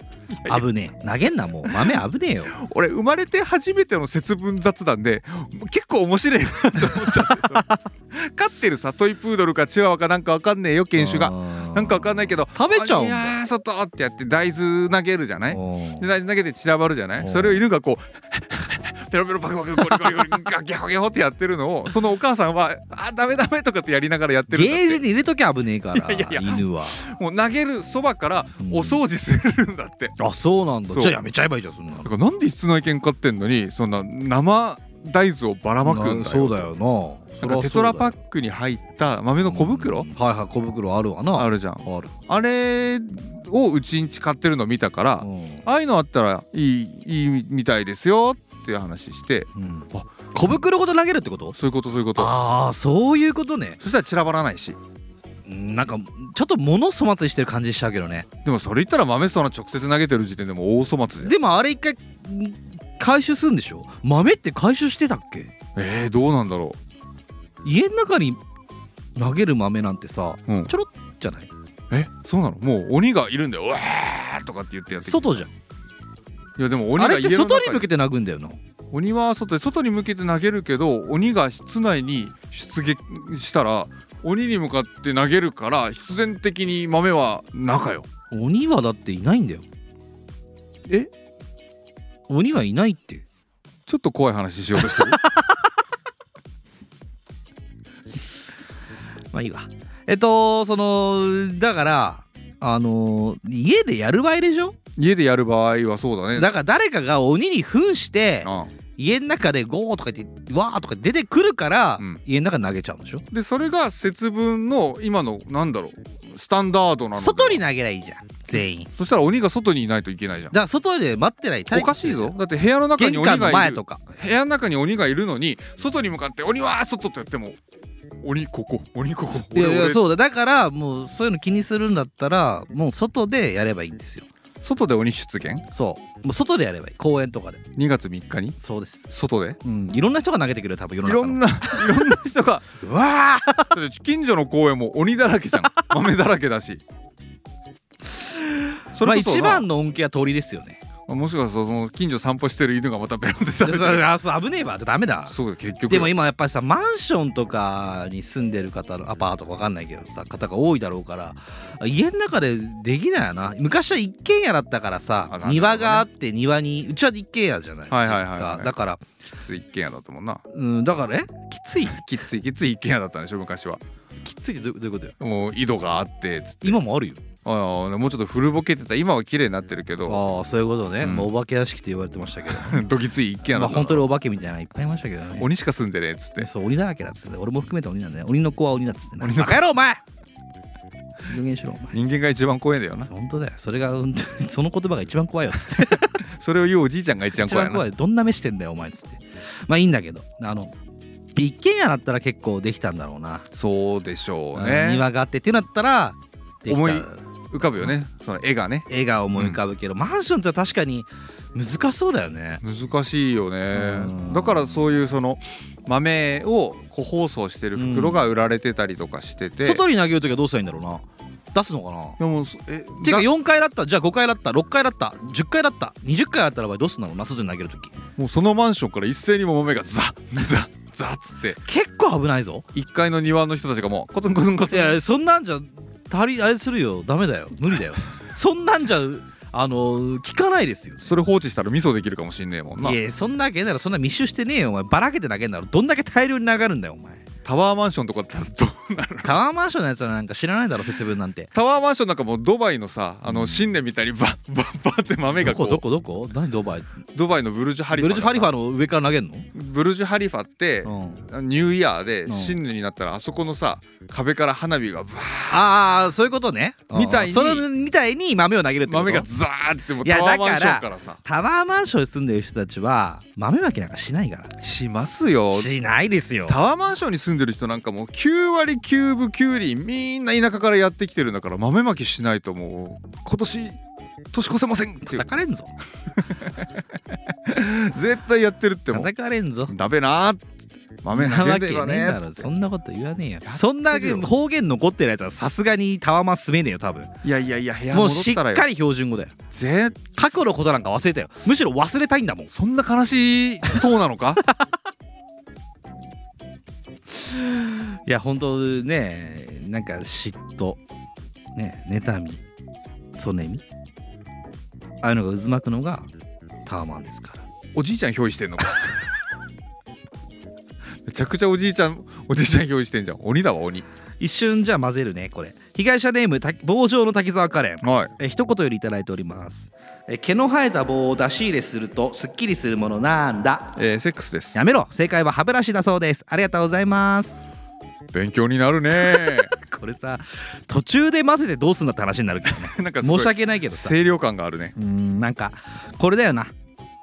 Speaker 2: 危ねえ投げんなもう豆危 ねえよ
Speaker 1: 俺生まれて初めての節分雑談で結構面白いなと思っちゃって飼ってるさトイプードルかチワワかなんかわかんねえよ犬種がな
Speaker 2: なん
Speaker 1: かわかんないけど
Speaker 2: 食べちゃうん
Speaker 1: い
Speaker 2: だ
Speaker 1: やー外ってやって大豆投げるじゃないで
Speaker 2: ね
Speaker 1: 大豆投げて散らばるじゃな
Speaker 2: お
Speaker 1: いうそれを犬がこうペロペロパクパクゴリゴリゴリガギャホギャホってやってるのをそのお母さんは「あダメダメ」とかってやりながらやってるんだっ
Speaker 2: ゲージ
Speaker 1: て
Speaker 2: に入れときゃ危ねえか ら
Speaker 1: いやいやいや
Speaker 2: 犬は
Speaker 1: もう投げるそばから
Speaker 2: うん
Speaker 1: お掃除するんだって
Speaker 2: あそうなんだ
Speaker 1: そう
Speaker 2: じゃあやめちゃえばいいじゃんそんなの
Speaker 1: だからなんで室内犬飼ってんのにそんな生大豆をばらまくんだよ
Speaker 2: そうだよな
Speaker 1: なんかテトラパッ
Speaker 2: ク
Speaker 1: クに入った豆の小袋
Speaker 2: はいはい小袋あるわな
Speaker 1: あ
Speaker 2: る
Speaker 1: るじゃん
Speaker 2: ある
Speaker 1: あれをうちんち買ってるの見たから
Speaker 2: うん
Speaker 1: ああいうのあったらいいいいみたいですよっていう話して
Speaker 2: うん小袋ごと投げるってこと
Speaker 1: そういうことそういうこと
Speaker 2: ああそういうことね
Speaker 1: そしたら散らばらないし
Speaker 2: うんなんかちょっと物粗末にしてる感じしちゃうけどね
Speaker 1: でもそれ言ったら豆その直接投げてる時点でもう大粗末じゃん
Speaker 2: でもあれ一回ん回収するんでしょ豆って回収してたっけ
Speaker 1: えー、どうなんだろ
Speaker 2: 家の中に投げる豆なんてさ
Speaker 1: う、うん、
Speaker 2: ちょろっじゃない
Speaker 1: えそうなのもう鬼がいるんだようわーとかって言ってやってきて
Speaker 2: 外じゃん
Speaker 1: いやでも鬼
Speaker 2: あ
Speaker 1: が
Speaker 2: れって
Speaker 1: 家の
Speaker 2: 外に
Speaker 1: 中
Speaker 2: 向
Speaker 1: に
Speaker 2: けて投ぐんだよな
Speaker 1: 鬼は外で外に向けて投げるけど鬼が室内に出撃したら鬼に向かって投げるから必然的に豆は中よ
Speaker 2: 鬼はだっていないんだよ
Speaker 1: え
Speaker 2: 鬼はいないって
Speaker 1: ちょっと怖い話しようとして る
Speaker 2: まあいいわえっとそのだからあのー家でやる場合でしょ
Speaker 1: 家でやる場合はそうだね
Speaker 2: だから誰かが鬼に扮して
Speaker 1: うん
Speaker 2: 家の中でゴーとか言ってわーとか出てくるから、
Speaker 1: うん
Speaker 2: 家の中に投げちゃうんでしょ
Speaker 1: でそれが節分の今のなんだろうスタンダードなので
Speaker 2: 外に投げりゃいいじゃん全員だか
Speaker 1: そしたら鬼が外にいないといけないじゃん
Speaker 2: ら外で待ってない
Speaker 1: おかしいぞだって部屋の中
Speaker 2: 玄
Speaker 1: に鬼
Speaker 2: 関の
Speaker 1: がい
Speaker 2: 前
Speaker 1: る
Speaker 2: とか
Speaker 1: 部屋の中に鬼がいるのに外に向かって「鬼は外!」とやっても「鬼ここ鬼ここ
Speaker 2: い
Speaker 1: 俺
Speaker 2: やいや
Speaker 1: 俺
Speaker 2: そうだだからもうそういうの気にするんだったらもう外でやればいいんですよ
Speaker 1: 外で鬼出現
Speaker 2: そうもう外でやればいい公園とかで
Speaker 1: 2月3日に
Speaker 2: そうです
Speaker 1: 外で
Speaker 2: うんいろんな人が投げてくれる多分世
Speaker 1: いろ
Speaker 2: の
Speaker 1: ん
Speaker 2: 中
Speaker 1: ないろんな人が
Speaker 2: のわあ
Speaker 1: だって近所の公園も鬼だらけじ ゃん豆だらけだしそ
Speaker 2: まあ
Speaker 1: れこそな
Speaker 2: 一番の恩恵は鳥ですよね
Speaker 1: もしかしたらその近所散歩してる犬がまたベロンってさ
Speaker 2: そ
Speaker 1: れ て
Speaker 2: れあそう危ねえわダメだ
Speaker 1: そうだ結局
Speaker 2: でも今やっぱりさマンションとかに住んでる方のアパートか分かんないけどさ方が多いだろうから家の中でできないよな昔は一軒家だったから
Speaker 1: あなる
Speaker 2: さ、
Speaker 1: ほどね
Speaker 2: 庭があって庭にうちは一軒家じゃない,実
Speaker 1: は
Speaker 2: 家、
Speaker 1: いはいはいはい
Speaker 2: だから、
Speaker 1: きつい一軒家だったもんな
Speaker 2: うん、だからえきつい
Speaker 1: きついきつい一軒家だったんでしょ昔は
Speaker 2: きついってどうどういうことよ
Speaker 1: もう井戸があってつって
Speaker 2: 今もあるよ
Speaker 1: ああもうちょっと古ぼけてた今は綺麗になってるけど
Speaker 2: ああそういうことね、
Speaker 1: うん
Speaker 2: もうお化け屋敷って言われてましたけど
Speaker 1: どぎつい一軒家
Speaker 2: ま
Speaker 1: だ
Speaker 2: あ
Speaker 1: った
Speaker 2: 本当
Speaker 1: の
Speaker 2: にお化けみたいなのいっぱいいましたけどね
Speaker 1: 鬼しか住んでねえっつって
Speaker 2: そう鬼だらけだっつってね俺も含めて鬼なんだよ鬼の子は鬼だっつってね
Speaker 1: 鬼の子
Speaker 2: バカ野郎お前予言しろお前
Speaker 1: 人間が一番怖いんだよな
Speaker 2: 本当だよそれがうんその言葉が一番怖いよっつって
Speaker 1: それを言うおじいちゃんが一番
Speaker 2: 一
Speaker 1: 怖い
Speaker 2: 番
Speaker 1: な
Speaker 2: 怖いどんな目してんだよお前っつってまあいいんだけどあの一軒家だったら結構できたんだろうな、
Speaker 1: そうでしょう
Speaker 2: うん
Speaker 1: ね
Speaker 2: 庭があってっていうのだったらでき
Speaker 1: 思い
Speaker 2: た
Speaker 1: 浮かぶよねその絵がね
Speaker 2: 絵が思い浮かぶけど、マンションって確かに難しそうだよね
Speaker 1: 難しいよね
Speaker 2: うん
Speaker 1: だからそういうその豆を個包装してる袋が売られてたりとかしてて、い
Speaker 2: 外に投げるときはどうしたらいいんだろうな出すのかな
Speaker 1: やもうそえ
Speaker 2: てか
Speaker 1: だ
Speaker 2: 4回だったじゃあ5回だった6回だった10回だった20回だったらお前どうすんだろうな外に投げるとき
Speaker 1: もうそのマンションから一斉にもう豆がザッザッザッつって
Speaker 2: 結構危ないぞ
Speaker 1: 1階の庭の人たちがもうコツンコツンコ
Speaker 2: い
Speaker 1: ツン
Speaker 2: やそんなんじゃ足りあれするよダメだよ無理 だよそんなんじゃあの聞かないですよ
Speaker 1: それ放置したら味噌できるかもしんねえもんない
Speaker 2: やそんなわけねえだろそんな密集してねえよお前ばらけて投げんだろどんだけ大量に流るんだよお前
Speaker 1: タワーマンションとかだと
Speaker 2: タワーマンションのやつらなんか知らないだろ節分なんて
Speaker 1: タワーマンションなんかもうドバイのさあの新年みたいにバッバッバッって豆が
Speaker 2: ど
Speaker 1: こ
Speaker 2: こ
Speaker 1: う
Speaker 2: どこどこ何ドバイ
Speaker 1: ドバイのブルジュ・ハリフ
Speaker 2: ブ
Speaker 1: ァが
Speaker 2: ルジ
Speaker 1: さ
Speaker 2: ュ・ハリファの上から投げんの
Speaker 1: ブルジュ・ハリファって、
Speaker 2: うん
Speaker 1: ニューイヤーで
Speaker 2: ん
Speaker 1: 新年になったらあそこのさ壁から花火がブワー
Speaker 2: ああそういうことね
Speaker 1: みたいに
Speaker 2: それみたいに豆を投げるってこと
Speaker 1: 豆がザーってもう
Speaker 2: いや
Speaker 1: タワーマン
Speaker 2: だ
Speaker 1: シ
Speaker 2: から
Speaker 1: ョンからさ
Speaker 2: タワーマンションに住んでる人たちは豆まきなんかしないから
Speaker 1: しますよ
Speaker 2: しないですよ
Speaker 1: タワーマンションに住んでる人なんかもう9割9分9厘みんな田舎からやってきてるんだから豆まきしないともう今年年越せませんっていう
Speaker 2: 叩かれんぞ
Speaker 1: 絶対やってるってもう
Speaker 2: 叩かれんぞ
Speaker 1: だべなーっつって豆
Speaker 2: な
Speaker 1: 投
Speaker 2: わ
Speaker 1: げれ
Speaker 2: けね
Speaker 1: ば
Speaker 2: え
Speaker 1: ね
Speaker 2: だ
Speaker 1: ーっ
Speaker 2: ろ
Speaker 1: つって
Speaker 2: そんなこと言わねえよ
Speaker 1: やってるよ
Speaker 2: そんな方言残ってるやつはさすがにタワマン住めねえよ多分
Speaker 1: いやいやいや部屋
Speaker 2: もう
Speaker 1: 戻
Speaker 2: しっ
Speaker 1: ったらよ
Speaker 2: かり標準語だよ
Speaker 1: ぜ
Speaker 2: 過去のことなんか忘れたよむしろ忘れたいんだもん
Speaker 1: そんな悲しい塔なのか
Speaker 2: いや本当ねなんか嫉妬ね妬みそねみああいうのが渦巻くのがタワマンですから
Speaker 1: おじいちゃん憑依してんのか めちゃくちゃおじいちゃんおじいちゃん憑依してんじゃん鬼だわ鬼
Speaker 2: 一瞬じゃあ混ぜるねこれ被害者ネームた棒状の滝沢カレン
Speaker 1: はい
Speaker 2: えー一言よりいただいておりますえー毛の生えた棒を出し入れするとすっきりするものなんだ
Speaker 1: えーセックスです
Speaker 2: やめろ正解は歯ブラシだそうですありがとうございます
Speaker 1: 勉強になるね
Speaker 2: これさ途中で混ぜてどうすんだって話になるけどね
Speaker 1: なんかすごい
Speaker 2: 申し訳ないけどさ
Speaker 1: 清涼感があるね
Speaker 2: うーんなんかこれだよな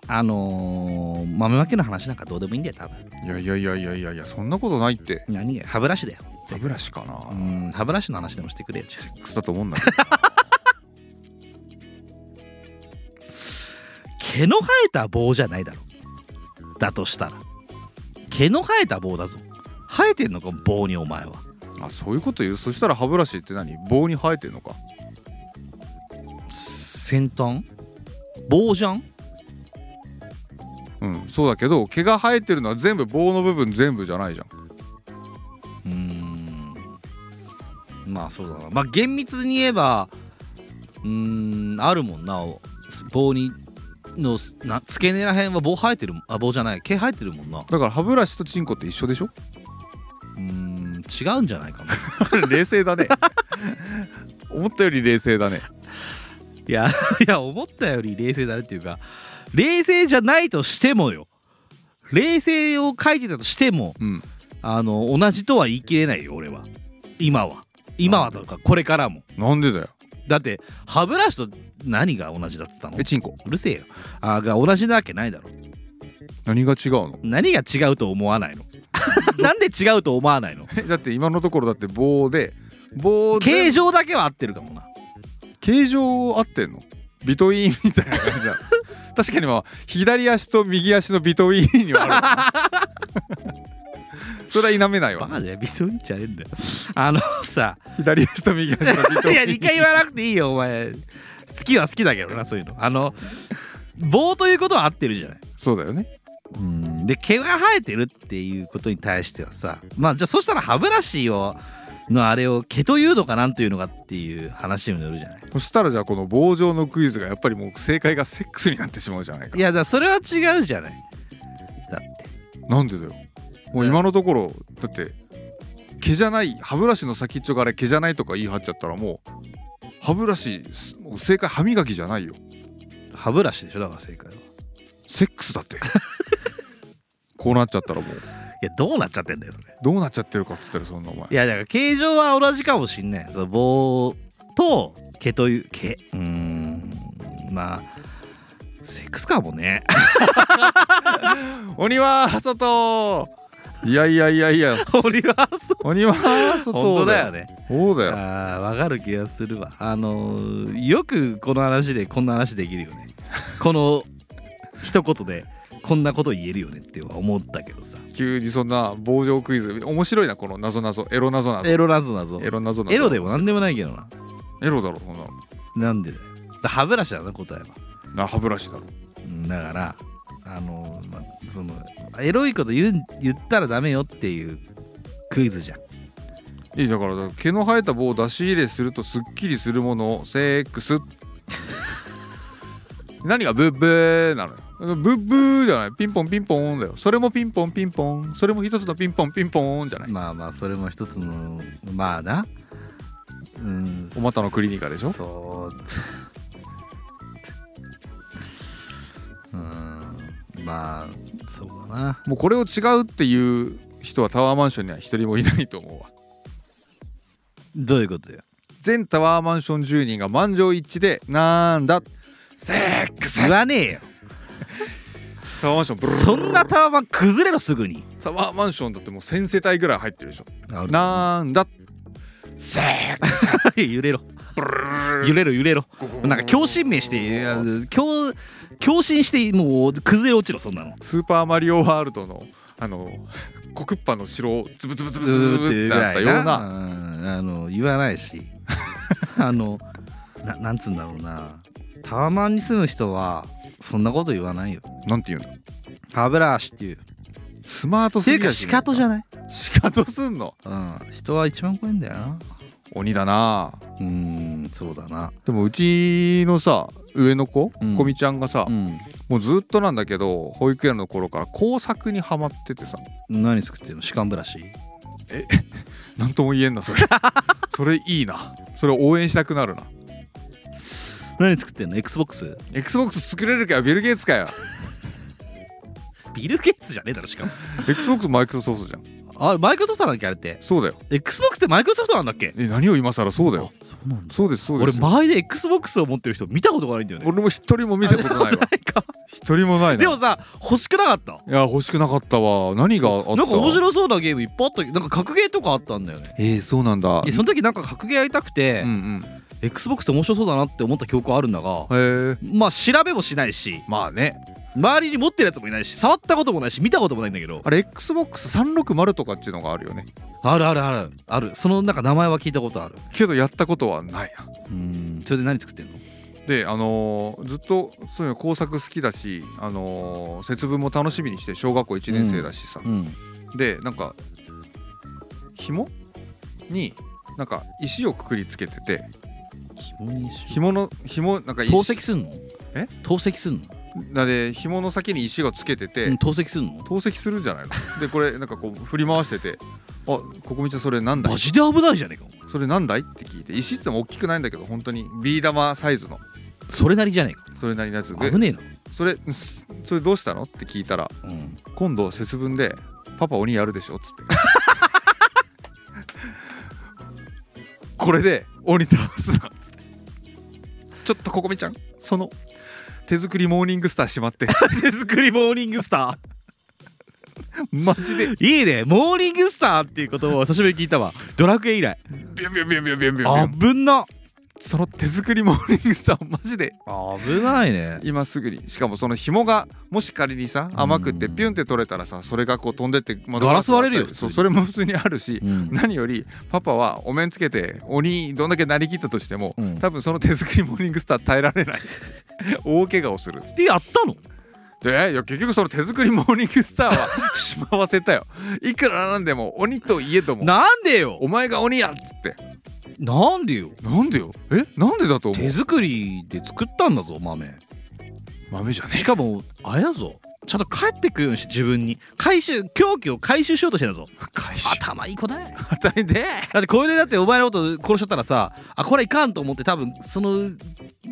Speaker 2: あのー、豆まきの話なんかどうでもいいんだよ多分
Speaker 1: いやいやいやいやいやいやそんなことないって
Speaker 2: 何歯ブラシだよ
Speaker 1: 歯ブラシかな、
Speaker 2: うーん歯ブラシの話でもしてくれよ
Speaker 1: セックスだと思うんだけど
Speaker 2: 毛の生えた棒じゃないだろだとしたら毛の生えた棒だぞ生えてんのか棒にお前は
Speaker 1: あそういうこと言うそしたら歯ブラシって何棒に生えてんのか
Speaker 2: 先端棒じゃん
Speaker 1: うんそうだけど毛が生えてるのは全部棒の部分全部じゃないじゃん
Speaker 2: うーんまあそうだなまあ厳密に言えばうーんあるもんな棒にのすな付け根らへんは棒生えてるもんあ棒じゃない毛生えてるもんなう
Speaker 1: だから歯ブラシとチンコって一緒 でしょ
Speaker 2: ーん違うんじゃないかな
Speaker 1: 冷静だね 思ったより冷静だね
Speaker 2: いやいや思ったより冷静だねっていうか冷静じゃないとしてもよ冷静を書いてたとしても
Speaker 1: うん
Speaker 2: あの同じとは言い切れないよ俺は今は今はというかこれからも
Speaker 1: なんでだよ
Speaker 2: だって歯ブラシと何が同じだったの
Speaker 1: えチンコ
Speaker 2: うるせえよあが同じなわけないだろ
Speaker 1: 何が違うの
Speaker 2: 何が違うと思わないの なんで違うと思わないの
Speaker 1: えだって今のところだって棒で棒で
Speaker 2: 形状だけは合ってるかもな
Speaker 1: 形状合ってんのビトインみたいな感じ だ確かにまあ左足と右足のビトインにはあるわ それは否めない
Speaker 2: バ
Speaker 1: わ
Speaker 2: カじゃんビトンじゃねえんだよあのさ
Speaker 1: 左足と右足のビト
Speaker 2: い
Speaker 1: イ
Speaker 2: や
Speaker 1: ン
Speaker 2: 2回言わなくていいよお前好きは好きだけどなそういうのあの棒ということは合ってるじゃない
Speaker 1: そうだよね
Speaker 2: うんで毛が生えてるっていうことに対してはさまあじゃあそしたら歯ブラシをのあれを毛というのかなんというのかっていう話にもよるじゃない
Speaker 1: そしたらじゃあこの棒状のクイズがやっぱりもう正解がセックスになってしまうじゃないか
Speaker 2: いやだからそれは違うじゃないだって
Speaker 1: なんでだよもう今のところだって毛じゃない歯ブラシの先っちょがあれ毛じゃないとか言い張っちゃったらもう歯ブラシすもう正解歯磨きじゃないよ
Speaker 2: 歯ブラシでしょだから正解は
Speaker 1: セックスだって こうなっちゃったらもう
Speaker 2: いやどうなっちゃってんだよそれ
Speaker 1: どうなっちゃってるかっつったらそんなお前
Speaker 2: いやだから形状は同じかもしんないその棒と毛という毛うーんまあセックスかもね
Speaker 1: 鬼は外いやいやいやいや
Speaker 2: 俺はそう
Speaker 1: 鬼は外
Speaker 2: 本当だよね
Speaker 1: そうだ
Speaker 2: あ
Speaker 1: よ
Speaker 2: ーわかる気がするわあのーよくこの話でこんな話できるよねこの一言でこんなこと言えるよねっては思ったけどさ
Speaker 1: 急にそんな棒状クイズ面白いなこの謎謎エロ謎謎
Speaker 2: エロなぞなぞ
Speaker 1: エロ謎謎
Speaker 2: エロでもなんでもないけどな
Speaker 1: エロだろそんなの
Speaker 2: なんでだよだ歯ブラシだな答えは
Speaker 1: な歯ブラシだろ
Speaker 2: うんだからあのー、まあ、そのエロいこと言うん言ったらダメよっていうクイズじゃん
Speaker 1: いいだからだから毛の生えた棒を出し入れするとすっきりするものをセックス 何がブッブーなのよブッブーじゃないピンポンピンポンだよそれもピンポンピンポンそれも一つのピンポンピンポンじゃない
Speaker 2: まあまあそれも一つのまあなうん
Speaker 1: お股のクリニカでしょ
Speaker 2: そううー んまあそうだな
Speaker 1: もうこれを違うっていう人はタワーマンションには一人もいないと思うわ
Speaker 2: どういうことよ
Speaker 1: 全タワーマンション住人が満場一致でなんだセックス
Speaker 2: 言わねえよ
Speaker 1: タワーマンションブルー
Speaker 2: そんなタワマン崩れろすぐに
Speaker 1: タワーマンションだってもう1,000世帯ぐらい入ってるでしょ
Speaker 2: な
Speaker 1: なんだセックス
Speaker 2: 揺れろ
Speaker 1: ブルー
Speaker 2: 揺れろ揺れろなんか強振名していや強強振してもう崩れ落ちろそんなの
Speaker 1: スーパーマリオワールドのあのコクッパの城をズブズブズブ
Speaker 2: ず
Speaker 1: ズブ
Speaker 2: ー
Speaker 1: ズ
Speaker 2: って
Speaker 1: ブっ
Speaker 2: いう
Speaker 1: て
Speaker 2: ぐら
Speaker 1: なった
Speaker 2: いな
Speaker 1: ような
Speaker 2: うんあの言わないしあのななんつうんだろうなタワマンに住む人はそんなこと言わないよ
Speaker 1: なんていうの
Speaker 2: 歯ブラシっていう
Speaker 1: スマート
Speaker 2: って
Speaker 1: すぎ
Speaker 2: いうか
Speaker 1: や
Speaker 2: 仕方じゃない、
Speaker 1: シカトすんの
Speaker 2: うん、人は一番怖いんだよな
Speaker 1: 鬼だな
Speaker 2: うーんそうだな
Speaker 1: でもうちのさ上の子、
Speaker 2: うん
Speaker 1: こみちゃんがさ、
Speaker 2: うん
Speaker 1: もうずっとなんだけど保育園の頃から工作にはまっててさ
Speaker 2: 何作ってるの歯間ブラシ
Speaker 1: 何とも言えんなそ れそれいいなそれ応援したくなるな
Speaker 2: 何作ってんの ?XBOX?
Speaker 1: XBOX 作れるかよビル・ゲイツかよ
Speaker 2: ビル・ゲイツじゃねえだろしかも
Speaker 1: XBOX マイクロソフトじゃん
Speaker 2: あれマイクロソフトなんだっけあれって
Speaker 1: そうだよ
Speaker 2: XBOX ってマイクロソフトなんだっけ
Speaker 1: え何を今更そうだよ
Speaker 2: そうなん
Speaker 1: そうですそうで
Speaker 2: 俺
Speaker 1: す
Speaker 2: 前で XBOX を持ってる人見たことがないんだよね
Speaker 1: 俺も一人も見たことないわ
Speaker 2: ないか
Speaker 1: 一人もないな
Speaker 2: でもさ欲しくなかった
Speaker 1: いや欲しくなかったわ何があった
Speaker 2: なんか面白そうなゲームいっぱいあったけどなんか格ゲーとかあったんだよね
Speaker 1: えー、そうなんだ
Speaker 2: いやその時なんか格ゲーやりたくて、
Speaker 1: うんうんへ
Speaker 2: XBOX って面白そうだなって思った記憶はあるんだが
Speaker 1: え
Speaker 2: まあ調べもしないし
Speaker 1: まあね
Speaker 2: 周りに持ってるやつもいないし触ったこともないし見たこともないんだけど
Speaker 1: あれ XBOX360 とかっていうのがあるよね
Speaker 2: あるあるあるあるそのなんか名前は聞いたことある
Speaker 1: けどやったことはないな
Speaker 2: うんそれで何作ってんの
Speaker 1: であのーずっとそういうの工作好きだし、あのー節分も楽しみにして小学校1年生だしさ、
Speaker 2: うん
Speaker 1: でなんか紐になんか石をくくりつけてて
Speaker 2: 紐にし
Speaker 1: 紐の紐なんか石
Speaker 2: 投石すんの
Speaker 1: え
Speaker 2: 投石すんの、
Speaker 1: なで紐の先に石をつけてて、
Speaker 2: うん、投石すんの
Speaker 1: 投石するんじゃないのでこれなんかこう振り回しててあここみちゃんそれなんだい
Speaker 2: マジで危ないじゃねえか
Speaker 1: それなんだいって聞いて石っても大きくないんだけど本当にビー玉サイズの
Speaker 2: それなりじゃねえか
Speaker 1: それなりのやつで
Speaker 2: 危ねえな、
Speaker 1: それすそれどうしたのって聞いたら
Speaker 2: うん、
Speaker 1: 今度節分でパパ鬼やるでしょっつって これで鬼倒すなっつってちょっとここみちゃんその手作りモーニングスターしまって
Speaker 2: 手作りモーニングスタ
Speaker 1: マジで
Speaker 2: ーいいねモーニングスターっていう言葉を久しぶりに聞いたわドラクエ以来
Speaker 1: ビュンビュンビュンビュンビュンビュンビュン
Speaker 2: 危な
Speaker 1: その手作りモーニングスターをマジで
Speaker 2: 危ないね
Speaker 1: 今すぐにしかもその紐がもし仮にさ甘くってピュンって取れたらさそれがこう飛んでって、まあ
Speaker 2: ガラス割れる
Speaker 1: そう
Speaker 2: よ普通に
Speaker 1: それも普通にあるし、
Speaker 2: うん
Speaker 1: 何よりパパはお面つけて鬼どんだけなりきったとしても、
Speaker 2: うん
Speaker 1: 多分その手作りモーニングスター耐えられないっ つって大怪我をするっつっ
Speaker 2: でやったの
Speaker 1: てでいや結局その手作りモーニングスターは しまわせたよいくらなんでも鬼といえども
Speaker 2: なんでよ
Speaker 1: お前が鬼やっつって
Speaker 2: なんでよ
Speaker 1: なんでよえなんでだと思う
Speaker 2: 手作りで作ったんだぞ豆
Speaker 1: 豆じゃね
Speaker 2: しかもあれだぞちゃんと帰ってくるようにして自分に回収凶器を回収しようとしてんだぞ
Speaker 1: え返し
Speaker 2: 頭いい子だね
Speaker 1: 当たりで
Speaker 2: だってこれでだってお前のこと殺しちゃったらさあこれはいかんと思って多分その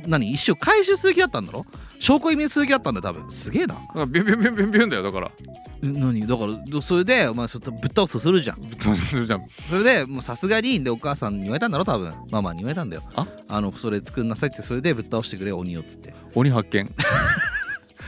Speaker 2: 何一生回収する気だったんだろ証拠隠滅する気だったんだよ多分すげえな
Speaker 1: だからビュンビュンビュンビュンビュンだよだから
Speaker 2: え何だからどそれでお前そぶっ倒すとするじゃん
Speaker 1: ぶっ飛んでるじゃん
Speaker 2: それでもうさすがにでお母さんに言われたんだろ多分ママに言われたんだよ
Speaker 1: あ
Speaker 2: あのそれ作んなさいってそれでぶっ倒してくれ鬼をっつって
Speaker 1: 鬼発見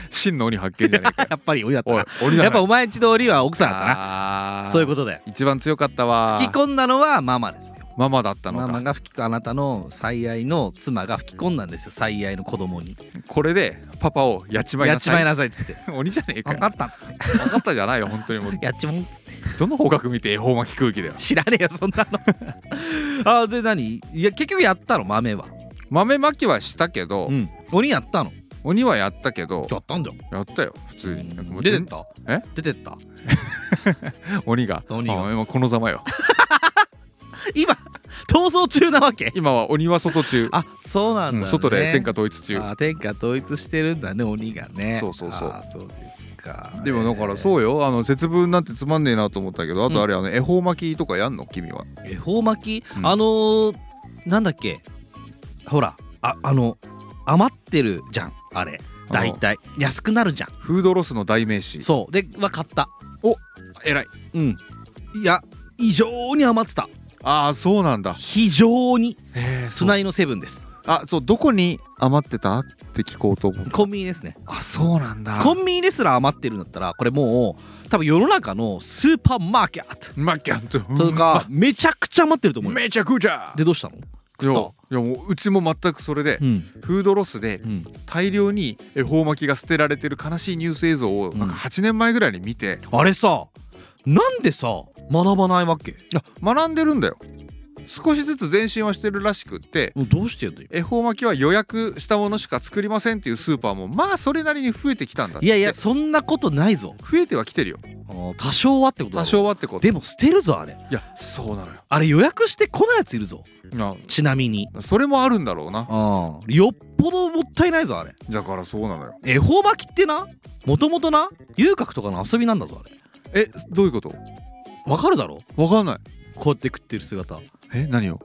Speaker 1: 真の鬼発見じゃねえかよ
Speaker 2: やっぱり鬼だった
Speaker 1: お
Speaker 2: ない
Speaker 1: 鬼だな
Speaker 2: やっぱお前んちの鬼は奥さんだった
Speaker 1: あ
Speaker 2: な
Speaker 1: ー
Speaker 2: そういうことで
Speaker 1: 一番強かったわ
Speaker 2: 吹き込んだのはママですよ
Speaker 1: ママだったの
Speaker 2: マ
Speaker 1: か
Speaker 2: マが吹きあなたの最愛の妻が吹き込んだんですよ最愛の子供に
Speaker 1: これでパパをやっちまい
Speaker 2: や
Speaker 1: な
Speaker 2: っちま
Speaker 1: さ
Speaker 2: い
Speaker 1: い
Speaker 2: なさいっつって
Speaker 1: 鬼じゃねえか
Speaker 2: 分
Speaker 1: よ
Speaker 2: かったっつって
Speaker 1: 分かったじゃないよ本当にもう
Speaker 2: やっちまうっつって
Speaker 1: どの方角見て恵方巻き空気だよ
Speaker 2: 知らねえよそんなの あーで何いや結局やったの豆は
Speaker 1: 豆まきはしたけど、
Speaker 2: ん鬼やったの
Speaker 1: 鬼はやったけど
Speaker 2: やったんだよ
Speaker 1: やったよ普通になんかもう
Speaker 2: 出てった
Speaker 1: え
Speaker 2: 出てった
Speaker 1: 鬼が
Speaker 2: 鬼が
Speaker 1: あ今このざまよ
Speaker 2: 今逃走中なわけ
Speaker 1: 今は鬼は外中
Speaker 2: あそうなんだ、ね
Speaker 1: うん外で天下統一中
Speaker 2: あー天下統一してるんだね鬼がね
Speaker 1: そうそうそう
Speaker 2: あーそうですか
Speaker 1: でもだからそうよあの節分なんてつまんねえなと思ったけどあとあれ、あの恵方巻きとかやんの君は
Speaker 2: 恵方巻き、
Speaker 1: うん
Speaker 2: あのー、なんだっけほらああの余ってるじゃんあれ大体安くなるじゃん
Speaker 1: フードロスの代名詞
Speaker 2: そうでは買った
Speaker 1: 偉い
Speaker 2: うんいや異常に余ってた
Speaker 1: ああそうなんだ
Speaker 2: 非常に
Speaker 1: ええそう
Speaker 2: 隣のセブンです
Speaker 1: あそうどこに余ってたって聞こうと思う
Speaker 2: コンビニですね
Speaker 1: あそうなんだ
Speaker 2: コンビニですら余ってるんだったらこれもう多分世の中のスーパーマーケッ
Speaker 1: まあキャンと
Speaker 2: トとかめちゃくちゃ余ってると思うよ
Speaker 1: めちゃくちゃ
Speaker 2: でどうしたの
Speaker 1: いやいやもううちも全くそれで、
Speaker 2: うん
Speaker 1: フードロスで
Speaker 2: うん
Speaker 1: 大量に恵方巻きが捨てられてる悲しいニュース映像をなんか
Speaker 2: うん
Speaker 1: 8年前ぐらいに見て、
Speaker 2: あれさなんでさ学ばないわけ
Speaker 1: いや学んでるんだよ少しずつ前進はしてるらしくって
Speaker 2: どうしてやんだよ
Speaker 1: 恵方巻きは予約したものしか作りませんっていうスーパーもまあそれなりに増えてきたんだって
Speaker 2: いやいやそんなことないぞ
Speaker 1: 増えてはきてるよ
Speaker 2: あー多少はってことだ
Speaker 1: 多
Speaker 2: ろ
Speaker 1: 少はってことい
Speaker 2: でも捨てるぞあれ
Speaker 1: やそうなのよ
Speaker 2: あれ予約してこないやついるぞ
Speaker 1: な
Speaker 2: ちなみに
Speaker 1: それもあるんだろうな
Speaker 2: あよっぽどもったいないぞあれ
Speaker 1: だからそうなのよ
Speaker 2: 恵方巻きってなもともとな遊郭とかの遊びなんだぞあれ
Speaker 1: えどういうこと
Speaker 2: わかるだろ
Speaker 1: わかんない
Speaker 2: こうやって食ってる姿
Speaker 1: え何を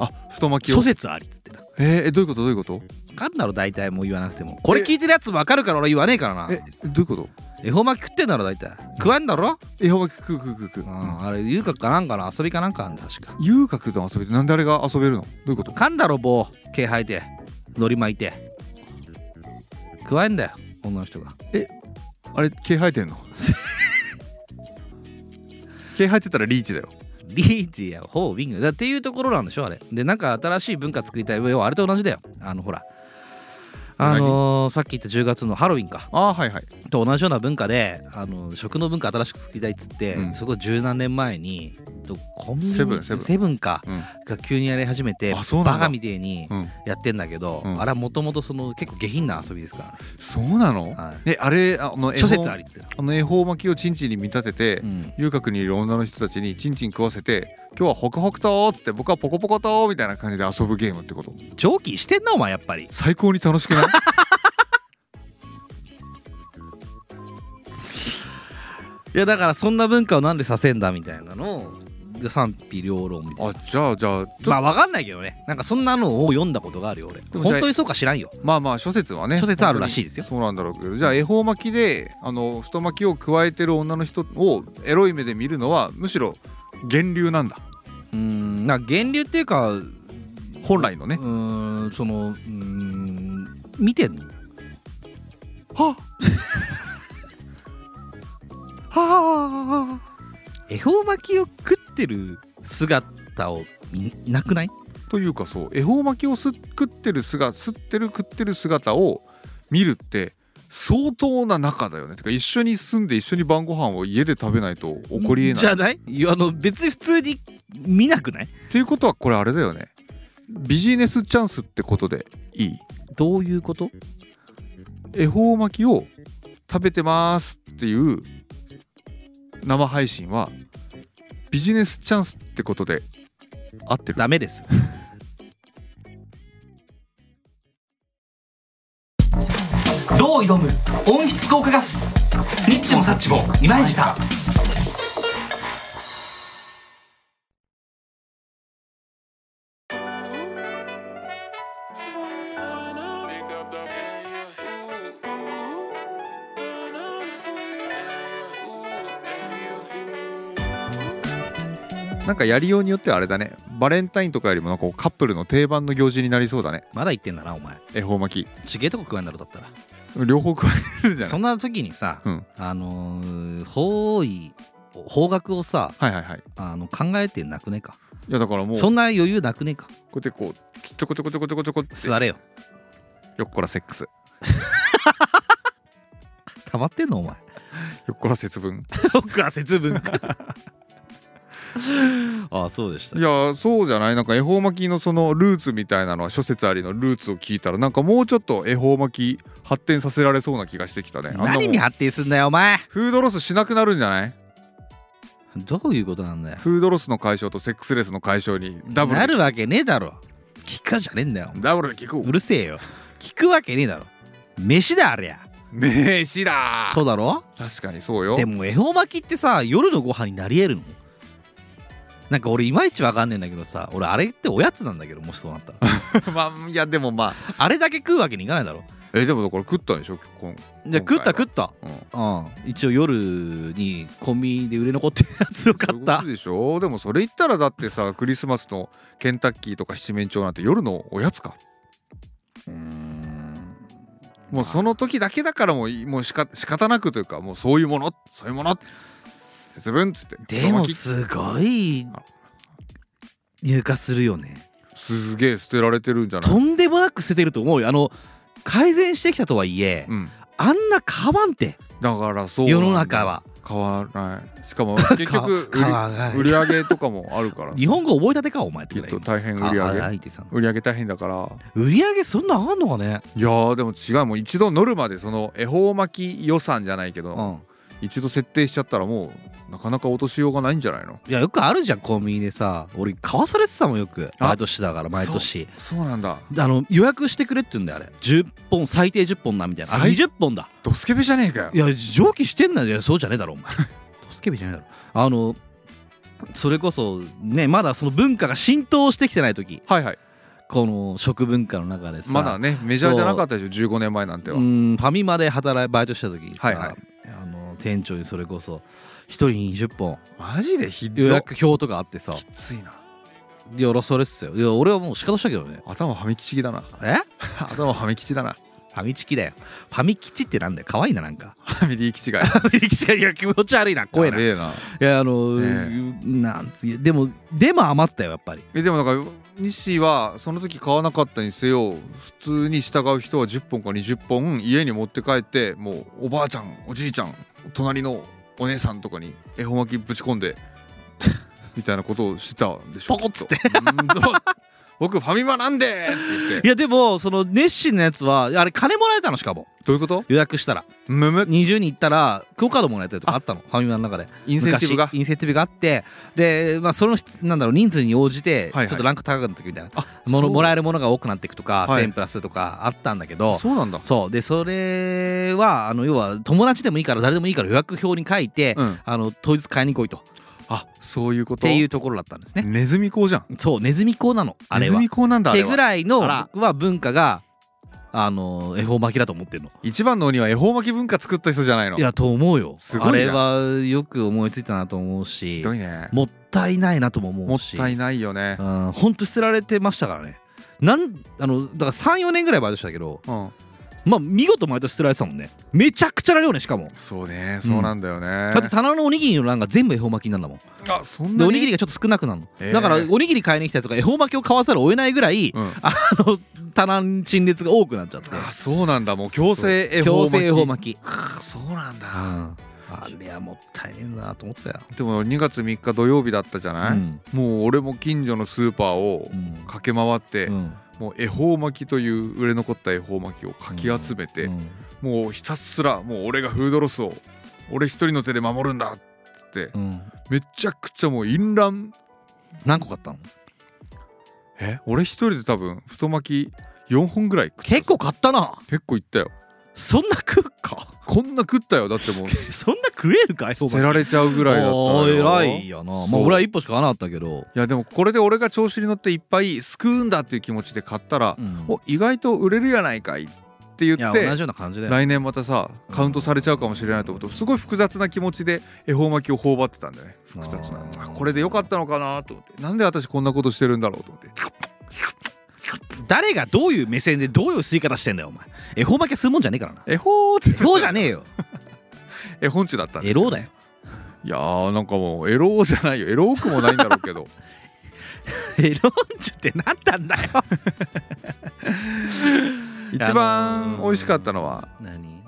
Speaker 1: あ太巻きを
Speaker 2: 諸説ありっつってな
Speaker 1: えーえどういうことどういうこと
Speaker 2: 分かるだろ大体もう言わなくてもこれ聞いてるやつ分かるから俺言わねえからな
Speaker 1: えどういうこと
Speaker 2: 恵方巻き食ってんだろ大体食わんだろ、
Speaker 1: えほまきくくくく
Speaker 2: うん、あれ遊郭かなんかの遊びかなんかあんだ確か
Speaker 1: 遊郭と遊びってなんであれが遊べるのどういうこと
Speaker 2: 噛んだろ棒毛吐いてのり巻いて食わえんだよ女の人が
Speaker 1: あれ毛生えて んの毛生えてたらリーチだよ
Speaker 2: リーチやホービングだっていうところなんでしょあれでなんか新しい文化作りたい上はあれと同じだよあのほらあのーさっき言った10月のハロウィンか
Speaker 1: あーはいはい
Speaker 2: と同じような文化で、あの食の文化新しく作りたいっつって、
Speaker 1: うん
Speaker 2: そこ十何年前にとコンビニ
Speaker 1: セブンセブン
Speaker 2: か
Speaker 1: うん
Speaker 2: が急にやり始めて
Speaker 1: あそうなんだ
Speaker 2: バカみてえに
Speaker 1: うん
Speaker 2: やってんだけど、
Speaker 1: うん
Speaker 2: あれはもともとその結構下品な遊びですか
Speaker 1: そうな
Speaker 2: ら、
Speaker 1: の
Speaker 2: ねはい
Speaker 1: えあれあの恵方
Speaker 2: 諸説ありっつってた、
Speaker 1: あの恵方巻きをチンチンに見立てて、
Speaker 2: うん
Speaker 1: 遊郭にいる女の人たちにチンチン食わせて今日はホクホクとーっつって僕はポコポコとーみたいな感じで遊ぶゲームってこと
Speaker 2: 上記してんなお前やっぱり
Speaker 1: 最高に楽し くない
Speaker 2: いやだからそんな文化をなんでさせんだみたいなのをが賛否両論みたい
Speaker 1: あ
Speaker 2: な
Speaker 1: じゃあじゃあちょ
Speaker 2: まあわかんないけどねなんかそんなのを読んだことがあるよ俺
Speaker 1: も
Speaker 2: 本当にそうか知らんよ
Speaker 1: まあまあ諸説はね
Speaker 2: 諸説あるらしいですよ
Speaker 1: そうなんだろうけどじゃあ恵方巻きであの太巻きを加えてる女の人をエロい目で見るのはむしろ源流なんだ
Speaker 2: うーんなんか源流っていうかう
Speaker 1: 本来のね、
Speaker 2: ーんそのうーん見てんの
Speaker 1: はあはあ
Speaker 2: 恵方巻きを食ってる姿を見なくない
Speaker 1: というかそう恵方巻きをす食ってる姿吸ってる食ってる姿を見るって相当な仲だよねてか一緒に住んで一緒に晩ご飯を家で食べないと起こりえない
Speaker 2: じゃないいやあの別に普通に見なくない
Speaker 1: っていうことはこれあれだよねビジネスチャンスってことでいい
Speaker 2: どういうこと
Speaker 1: 恵方巻きを食べてますっていう生配信はビジネスチャンスってことで合ってる
Speaker 2: ダメです
Speaker 3: どう挑む温室効果ガスニッチもサッチもイマイジだ
Speaker 1: なんかやりようによってはあれだねバレンタインとかよりもなんかこうカップルの定番の行事になりそうだね
Speaker 2: まだ言ってんだなお前
Speaker 1: 恵方巻
Speaker 2: ちげえとこ食わんだろだったら
Speaker 1: き両方加えるじゃな
Speaker 2: そ
Speaker 1: い
Speaker 2: んな時にさ、
Speaker 1: うん
Speaker 2: あのー方位方角をさ
Speaker 1: はいはいはい
Speaker 2: あの考えてなくねえか
Speaker 1: いやだからもう
Speaker 2: そ
Speaker 1: こ
Speaker 2: んな余裕なくねえか
Speaker 1: うやってこうちょこちょこちょこちょこちょこって
Speaker 2: 座れよ
Speaker 1: よっこらセックス
Speaker 2: 溜まってん のお前
Speaker 1: よっこら節分
Speaker 2: 僕は節分 かああそうでした
Speaker 1: いやそうじゃないなんか恵方巻きのそのルーツみたいなのは諸説ありのルーツを聞いたらなんかもうちょっと恵方巻き発展させられそうな気がしてきたねあんなもん
Speaker 2: 何に発展すんだよお前
Speaker 1: フードロスしなくなるんじゃない
Speaker 2: どういうことなんだよ
Speaker 1: フードロスの解消とセックスレスの解消にダブル
Speaker 2: な
Speaker 1: で
Speaker 2: るわけねえだろ聞くじゃねえんだよ
Speaker 1: ダブルで聞
Speaker 2: う
Speaker 1: く
Speaker 2: るせえよ聞くわけねえだろ飯だあれや
Speaker 1: 名刺だ
Speaker 2: そうだろ
Speaker 1: 確かにそうよ
Speaker 2: でも恵方巻きってさ夜のご飯になり得るのなんか俺いまいちわかんねえんだけどさ俺あれっておやつなんだけどもしそうなった ら
Speaker 1: まあいやでもまあ
Speaker 2: あれだけ食うわけにいかないだろ
Speaker 1: えでもだから食ったんでしょ今
Speaker 2: じゃあ食った食った
Speaker 1: うんそう
Speaker 2: うん一応夜にコンビニで売れ残ってるやつを買
Speaker 1: いう
Speaker 2: っ
Speaker 1: こ
Speaker 2: た
Speaker 1: とでしょでもそれ言ったらだってさクリスマスのケンタッキーとか七面鳥なんて夜のおやつかもうその時だけだからもういもうしか仕方なくというかもうそういうものそういうもの節分っつって
Speaker 2: でも
Speaker 1: 巻き
Speaker 2: すごい入荷するよね
Speaker 1: すげえ捨てられてるんじゃない
Speaker 2: とんでもなく捨ててると思うよあの改善してきたとはいえ、
Speaker 1: うん
Speaker 2: あんな買わんて
Speaker 1: だからそうなんだ
Speaker 2: 世の中は
Speaker 1: 変わらないしかも 結局
Speaker 2: かわらない
Speaker 1: 売り売り上げとかもあるから
Speaker 2: 日本語覚えたてかお前って
Speaker 1: き
Speaker 2: ぐ
Speaker 1: っ
Speaker 2: ら
Speaker 1: と
Speaker 2: い
Speaker 1: 大変売り
Speaker 2: あ
Speaker 1: 上
Speaker 2: あ
Speaker 1: げ
Speaker 2: 相手さん
Speaker 1: 売り上げ大変だから
Speaker 2: 売り上げそんな上がんのかね
Speaker 1: いやーでも違うもう一度乗るまでその恵方巻き予算じゃないけど、
Speaker 2: うん
Speaker 1: 一度設定しちゃったらもうなかなか落としようがないんじゃないの
Speaker 2: いやよくあるじゃんコンビニでさ俺買わされてたもんよく
Speaker 1: あ
Speaker 2: 毎年だから毎年
Speaker 1: そうなんだ
Speaker 2: あの予約してくれって言うんだよあれ10本最低10本なみたいなあ
Speaker 1: 最
Speaker 2: 20本だ
Speaker 1: ドスケベじゃねえかよ
Speaker 2: いや上記してんなんだよそうじゃねえだろお前ド スケベじゃねえだろあのそれこそねまだその文化が浸透してきてない時
Speaker 1: はいはい
Speaker 2: この食文化の中でさ
Speaker 1: まだねメジャーじゃなかったでしょ15年前なんては、
Speaker 2: うんファミマで働いバイトした時にさ、
Speaker 1: はいはい
Speaker 2: あの店長にそれこそ1人20本
Speaker 1: マジでひど
Speaker 2: 予
Speaker 1: い
Speaker 2: 約表とかあってさ
Speaker 1: きついな
Speaker 2: でよろそれっすよいや俺はもう仕方したけどね
Speaker 1: 頭はみきちだな
Speaker 2: え
Speaker 1: 頭はみきちだな
Speaker 2: ファミチキだよファミキチってなんだよ可愛いななんか
Speaker 1: ファミリーきちがい
Speaker 2: ファミキチがいや気持ち悪いな声ない
Speaker 1: えない
Speaker 2: やあの
Speaker 1: ね
Speaker 2: なんつうでもでも余ったよやっぱり
Speaker 1: えでもなんか西はその時買わなかったにせよ普通に従う人は10本か20本家に持って帰ってもうおばあちゃんおじいちゃん隣のお姉さんとかに恵方巻きぶち込んでみたいなことをしてたんでしょ
Speaker 2: ポコッつって
Speaker 1: っとうんそう僕ファミマなんでって言っ
Speaker 2: い
Speaker 1: て
Speaker 2: やでもその熱心なやつはあれ金もらえたのしかも
Speaker 1: どういうこと
Speaker 2: 予約したら
Speaker 1: むむ
Speaker 2: 20人行ったらクオカードもらえたりとかあったのファミマの中で
Speaker 1: インセンティブが
Speaker 2: 昔インセンティブがあってでまあそのなんだろう人数に応じてち
Speaker 1: は
Speaker 2: ょ
Speaker 1: いはい
Speaker 2: っとランク高くなってくみたいな
Speaker 1: あ
Speaker 2: ものもら
Speaker 1: え
Speaker 2: えるものが多くなっていくとか
Speaker 1: はい
Speaker 2: 1000プラスとかあったんだけど
Speaker 1: そうなんだ
Speaker 2: そうでそれはあの要は友達でもいいから誰でもいいから予約表に書いて、
Speaker 1: うん
Speaker 2: あの当日買いに来いと
Speaker 1: あそういうこ
Speaker 2: っ
Speaker 1: と
Speaker 2: ていうところだったんですね
Speaker 1: ネズミ講じゃん
Speaker 2: そうネズミ講なのあ
Speaker 1: ネ
Speaker 2: れ
Speaker 1: ズ
Speaker 2: は
Speaker 1: ミ講なんだあ
Speaker 2: っ
Speaker 1: れ
Speaker 2: て
Speaker 1: は
Speaker 2: ぐらいの
Speaker 1: あら
Speaker 2: 僕は文化があの恵方巻きだと思ってるの
Speaker 1: 一番の鬼は恵方巻き文化作った人じゃないの
Speaker 2: いやと思うよ
Speaker 1: すごいな
Speaker 2: あれはよく思いついたなと思う
Speaker 1: ひ
Speaker 2: し
Speaker 1: どいね
Speaker 2: もったいないなとも
Speaker 1: も
Speaker 2: 思
Speaker 1: っ
Speaker 2: うした
Speaker 1: いないよね
Speaker 2: うんほんと捨てられてましたからねなんあのだから34年ぐらいバイトしたけど
Speaker 1: うん
Speaker 2: まあ見事毎年捨てられてたもんねめちゃくちゃな量ねしかも
Speaker 1: そうねそうなんだよね
Speaker 2: だって棚のおにぎりの欄が全部恵方巻きになるんだもん
Speaker 1: あそん
Speaker 2: で
Speaker 1: な
Speaker 2: おにぎり
Speaker 1: が
Speaker 2: がちょっと少なくなるの、
Speaker 1: えー
Speaker 2: だからおにぎり買いに来たやつが恵方巻きを買わざるを得ないぐらい、
Speaker 1: うん
Speaker 2: あの棚に陳列が多くなっちゃって
Speaker 1: あそうなんだもう強制恵方巻き
Speaker 2: 強制恵方巻き、
Speaker 1: くそうなん
Speaker 2: う
Speaker 1: だ
Speaker 2: ん、あれはもったいねえなと思ってたよ、
Speaker 1: でも2月3日土曜日だったじゃない、
Speaker 2: うん
Speaker 1: もう俺も近所のスーパーを
Speaker 2: うん
Speaker 1: 駆け回って、
Speaker 2: うん
Speaker 1: もう恵方巻きという売れ残った恵方巻きをかき集めて、
Speaker 2: うん
Speaker 1: もうひたすらもう俺がフードロスを俺一人の手で守るんだっつって
Speaker 2: うん
Speaker 1: めちゃくちゃもう淫乱
Speaker 2: 何個買ったの
Speaker 1: え俺一人で多分太巻き4本ぐらい食った
Speaker 2: 結構買ったな
Speaker 1: 結構いったよ
Speaker 2: そんな食う か
Speaker 1: こんな食ったよだってもう捨
Speaker 2: そんな食えるかいそう
Speaker 1: てられちゃうぐらいだった
Speaker 2: お
Speaker 1: の
Speaker 2: ー
Speaker 1: よ
Speaker 2: 偉い
Speaker 1: い
Speaker 2: よなまあ
Speaker 1: そう
Speaker 2: 俺は一歩しか買わなかったけど、
Speaker 1: やでもこれで俺が調子に乗っていっぱい救うんだっていう気持ちで買ったら、お意外と売れるやないかいって言
Speaker 2: いや
Speaker 1: っ
Speaker 2: 同
Speaker 1: て
Speaker 2: じような感じだよ
Speaker 1: 来年またさカウントされちゃうかもしれないと思ってすごい複雑な気持ちで恵方巻きを頬張ってたんだよね複雑な
Speaker 2: あー
Speaker 1: あこれでよかったのかなと思ってなんで私こんなことしてるんだろうと思って
Speaker 2: 誰がどういう目線でどういう吸い方してんだよお前恵方巻きはするもんじゃねえからな
Speaker 1: 恵方って
Speaker 2: 恵方じゃね えよ
Speaker 1: 絵本地だったんで
Speaker 2: エ
Speaker 1: すよ
Speaker 2: ローだよ
Speaker 1: いやーなんかもうエローじゃないよエローくもないんだろう けど
Speaker 2: エロンジュってなったんだよ
Speaker 1: 一番美味しかったのは
Speaker 2: 何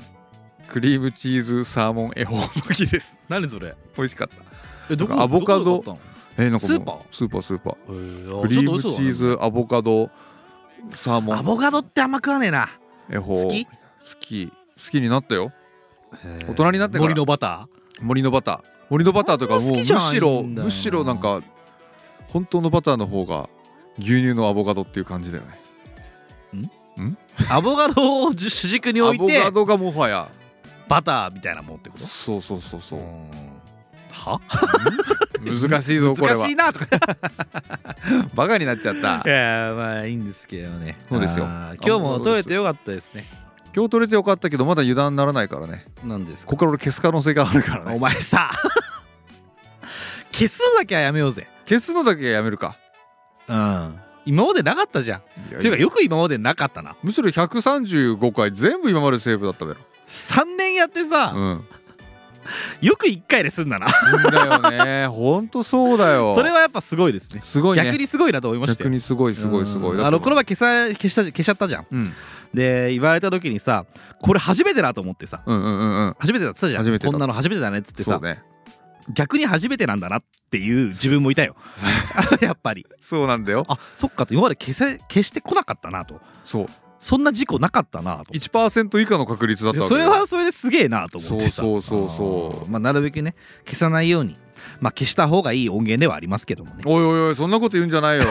Speaker 1: クリームチーズサーモン恵方巻きです
Speaker 2: 何それ
Speaker 1: 美味しかった
Speaker 2: えど
Speaker 1: アボカド
Speaker 2: こで買っ
Speaker 1: えなんかもう
Speaker 2: スーパー
Speaker 1: スーパースーパー
Speaker 2: たの
Speaker 1: クリームチー
Speaker 2: ちょっと美味しそうだね
Speaker 1: ズアボカドサーモ
Speaker 2: ア
Speaker 1: ン
Speaker 2: ボカドってあんま食わねえな
Speaker 1: 恵方
Speaker 2: 好
Speaker 1: 好
Speaker 2: き
Speaker 1: き好きになったよ大人になってから
Speaker 2: 森のバタ
Speaker 1: 森のバター森のバターとか
Speaker 2: あんま
Speaker 1: もう
Speaker 2: 好
Speaker 1: む
Speaker 2: きじゃないん
Speaker 1: し
Speaker 2: だよ
Speaker 1: ろむしろなんか本当のバターの方が牛乳のアボカドっていう感じだよね
Speaker 2: ーアボカドを主軸に
Speaker 1: ア
Speaker 2: 置い
Speaker 1: ボ
Speaker 2: て
Speaker 1: カドがもはや
Speaker 2: バターみたいなもんってこと
Speaker 1: そうそうそう そう
Speaker 2: は
Speaker 1: 難しいぞこれは
Speaker 2: 難しいなとか
Speaker 1: バカになっちゃった
Speaker 2: やま あいいんですけどね
Speaker 1: そうですよ
Speaker 2: あー今日も取れてよかったですね
Speaker 1: 今日取れてよかったけどまだ油断ならないからね
Speaker 2: なんです
Speaker 1: ここから俺消す可能性があるから
Speaker 2: お
Speaker 1: ね
Speaker 2: 前さ 消すのだけはやめようぜ
Speaker 1: 消すのだけはやめるか
Speaker 2: うん今までなかったじゃん
Speaker 1: いや
Speaker 2: っていうかよく今までなかったな
Speaker 1: むしろ135回全部今までセーブだったべろ
Speaker 2: 3年やってさ、
Speaker 1: うん
Speaker 2: よく1回で済んだな
Speaker 1: すんだよねほんとそうだよ
Speaker 2: それはやっぱすごいですね
Speaker 1: すごいね
Speaker 2: 逆にすごいなと思いました
Speaker 1: 逆
Speaker 2: よ
Speaker 1: にすごいすごいすごい
Speaker 2: うん
Speaker 1: だ
Speaker 2: あ
Speaker 1: って
Speaker 2: のこの前消さ消した消しちゃったじゃん
Speaker 1: うん
Speaker 2: で言われた時にさこれ初めてだと思ってさ
Speaker 1: うんうんうんうん
Speaker 2: 初めてだって言ったじゃん
Speaker 1: 初めてだ
Speaker 2: こんなの初めてだねっつって
Speaker 1: そ
Speaker 2: さ、
Speaker 1: うね
Speaker 2: 逆に初めてなんだなっていう自分もいたよ やっぱり
Speaker 1: そうなんだよ
Speaker 2: あそっかと今まで消せ消してこなかったなと
Speaker 1: そう
Speaker 2: そんな事故なかったなと
Speaker 1: 1%以下の確率だったわけ
Speaker 2: そ
Speaker 1: だ
Speaker 2: れ
Speaker 1: よ
Speaker 2: はそれですげえなと思ってさ
Speaker 1: そうそうそうそう
Speaker 2: あーまあ、なるべくね消さないように、まあ、消した方がいい音源ではありますけどもね
Speaker 1: おいおいおいそんなこと言うんじゃ ないよ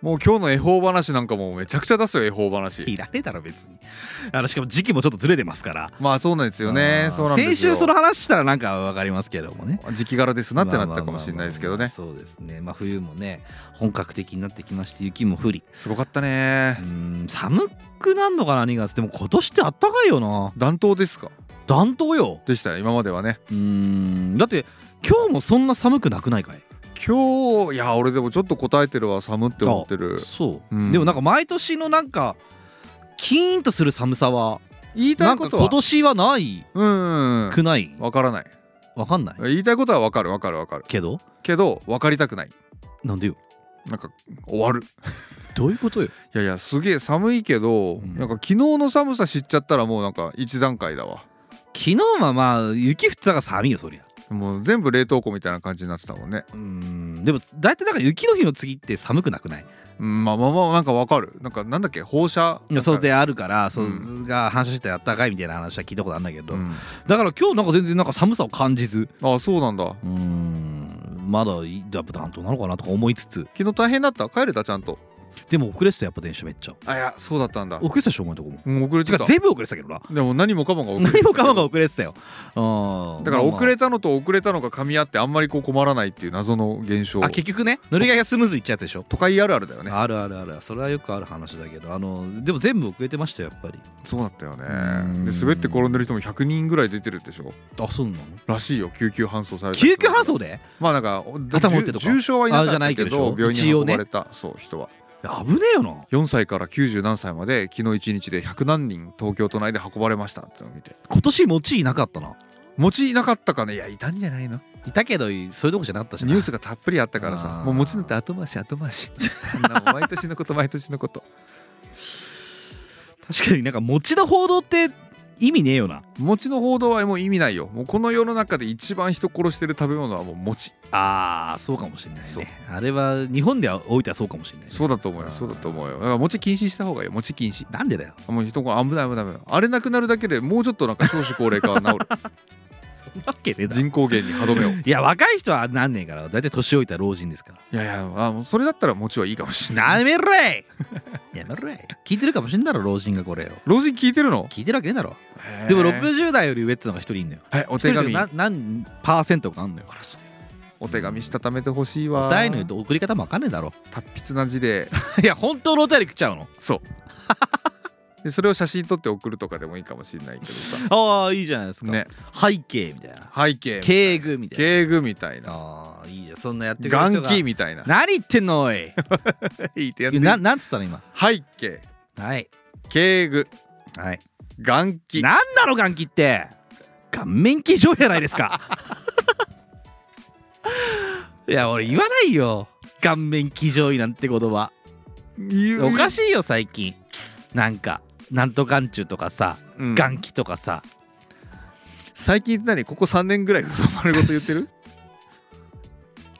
Speaker 1: もう今日の恵方話なんかもうめちゃくちゃ出すよ恵方話
Speaker 2: いらねえだろ別にあのしかも時期もちょっとずれてますから
Speaker 1: まあそうなんですよね
Speaker 2: あー
Speaker 1: そうなんですよ
Speaker 2: 先週その話したらなんかわかりますけどもね
Speaker 1: 時期柄ですなってなったかもしれないですけどね
Speaker 2: まあまあまあまあそうですねまあ冬もね本格的になってきまして雪も降り
Speaker 1: すごかった
Speaker 2: う
Speaker 1: ね
Speaker 2: ーん寒くなんのかな2月でも今年ってあったかいよな
Speaker 1: 暖冬ですか
Speaker 2: 暖冬よ
Speaker 1: でしたよ今まではね
Speaker 2: うーんだって今日もそんな寒くなくないかい
Speaker 1: 今日いや俺でもちょっと答えてるわ寒って思ってる
Speaker 2: そう、
Speaker 1: うん
Speaker 2: でもなんか毎年のなんかキーンとする寒さは
Speaker 1: 言いた
Speaker 2: ないん
Speaker 1: こ
Speaker 2: か
Speaker 1: とは
Speaker 2: 今年はない
Speaker 1: うんうんうん
Speaker 2: くない
Speaker 1: わからない
Speaker 2: わかんない
Speaker 1: 言いたいことはわかるわかるわかる
Speaker 2: けど
Speaker 1: けどわかりたくない
Speaker 2: なんでよ
Speaker 1: なんか終わる
Speaker 2: どういうことよ
Speaker 1: いやいやすげえ寒いけど、
Speaker 2: ん
Speaker 1: なんか昨日の寒さ知っちゃったらもうなんか一段階だわ
Speaker 2: 昨日はまあ雪降ってたから寒いよそりゃ
Speaker 1: もう全部冷凍庫みたいな感じになってたもんね、
Speaker 2: うーんでも大体なんか雪の日の次って寒くなくない
Speaker 1: うん、まあまあまあなんかわかるなんかなんだっけ放射
Speaker 2: そうであるからそううが反射してあったかいみたいな話は聞いたことあるんだけど、
Speaker 1: うん
Speaker 2: だから今日なんか全然なんか寒さを感じず
Speaker 1: あそうなんだ
Speaker 2: うーんまだいやっぱ暖冬なのかなとか思いつつ
Speaker 1: 昨日大変だった帰れたちゃんと
Speaker 2: でも遅れてたやっぱ電車めっちゃ
Speaker 1: あいやそうだったんだ
Speaker 2: 遅れてたしょお前のとこも
Speaker 1: うん遅れ
Speaker 2: て
Speaker 1: て
Speaker 2: か
Speaker 1: た
Speaker 2: 全部遅れてたけどな
Speaker 1: でも何もかもが遅れて
Speaker 2: 何
Speaker 1: た
Speaker 2: もかもが遅れてた ようん
Speaker 1: だから
Speaker 2: まあまあ
Speaker 1: 遅れたのと遅れたのが噛み合ってあんまりこう困らないっていう謎の現象
Speaker 2: あ結局ね乗り換えがスムーズいっちゃうやつでしょ
Speaker 1: 都会あるあるだよね
Speaker 2: あるあるあるそれはよくある話だけどあのでも全部遅れてましたよやっぱり
Speaker 1: そうだったよね
Speaker 2: うん
Speaker 1: で滑って転んでる人も100人ぐらい出てるでしょ
Speaker 2: あそうなの
Speaker 1: らしいよ救急搬送された人
Speaker 2: 救急搬送で
Speaker 1: まあなんか
Speaker 2: 頭打ってとか
Speaker 1: 重重傷はいな
Speaker 2: あ
Speaker 1: か
Speaker 2: じ
Speaker 1: っ
Speaker 2: ゃな
Speaker 1: た
Speaker 2: いけ
Speaker 1: け
Speaker 2: どでしょ
Speaker 1: ど病院に
Speaker 2: 一応
Speaker 1: 運
Speaker 2: ね
Speaker 1: ばれたそう人はい
Speaker 2: や危ねえよな
Speaker 1: 4歳から90何歳まで昨日1日で100何人東京都内で運ばれましたってのを見て
Speaker 2: 今年もちいなかったな
Speaker 1: 持ちいなかったかねいやいたんじゃないの
Speaker 2: いたけどそういうとこじゃなかったし
Speaker 1: ニュース
Speaker 2: が
Speaker 1: がたっぷりあったからさ
Speaker 2: あー
Speaker 1: もう持ちなんて後回し後回 しそんなもん毎年のこと毎年のこと
Speaker 2: 確かになんか餅の報道って意味ねえよな
Speaker 1: 餅の報道はもう意味ないよもうこの世の中で一番人殺してる食べ物はもう餅
Speaker 2: あーそうかもしれない
Speaker 1: そう
Speaker 2: ねあれは日本では置いたらそうかもしれないね、
Speaker 1: そうだと思うよそうだと思うよだから餅禁止した方がいいよ餅禁止
Speaker 2: なんでだよ
Speaker 1: もう人が危ない危ない危ないあれなくなるだけでもうちょっとなんか少子高齢化は治 る
Speaker 2: わけねえだろ
Speaker 1: 人口減に歯止めをい
Speaker 2: いや若い人はなんねえから大体年老いた老人ですから
Speaker 1: やいやあもうそれだったら餅はいいかもしれない
Speaker 2: なめろいやめろい聞いてるかもしれんだろ老人がこれを
Speaker 1: 老人聞いてるの
Speaker 2: 聞いてるわけねえだろでも
Speaker 1: へー
Speaker 2: 60代より上っつうのが一人いんのよ
Speaker 1: はいお
Speaker 2: 一
Speaker 1: 手
Speaker 2: 人
Speaker 1: 紙
Speaker 2: じゃな何パーセントかあんのよ
Speaker 1: お手紙したためてほしい
Speaker 2: お
Speaker 1: わ
Speaker 2: 便りの送り方もわかんねえだろ
Speaker 1: 達筆な字で
Speaker 2: いや本当のお便り来ちゃうの
Speaker 1: そうでそれを写真撮って送るとかでもいいかもしれないけどさ
Speaker 2: ああいいじゃないですか、
Speaker 1: ね
Speaker 2: 背景みたいな
Speaker 1: 背景
Speaker 2: 敬具みたいな
Speaker 1: 敬具みたいな
Speaker 2: ああいいじゃんそんなやってくれる人
Speaker 1: 元
Speaker 2: が
Speaker 1: 気みたい な
Speaker 2: 何言ってんのお い
Speaker 1: いいってやって
Speaker 2: ななんつったの今
Speaker 1: 背景
Speaker 2: はい
Speaker 1: 敬具
Speaker 2: はい
Speaker 1: 元気
Speaker 2: なんなの元気って顔面騎乗じゃないですか いや俺言わないよ顔面騎乗位なんて言葉おか
Speaker 1: い、
Speaker 2: しいよ最近なんかなんとかんちゅうとかさ
Speaker 1: うん
Speaker 2: 元気とかさ、
Speaker 1: 最近何ここ3年ぐらい嘘丸ごと言ってる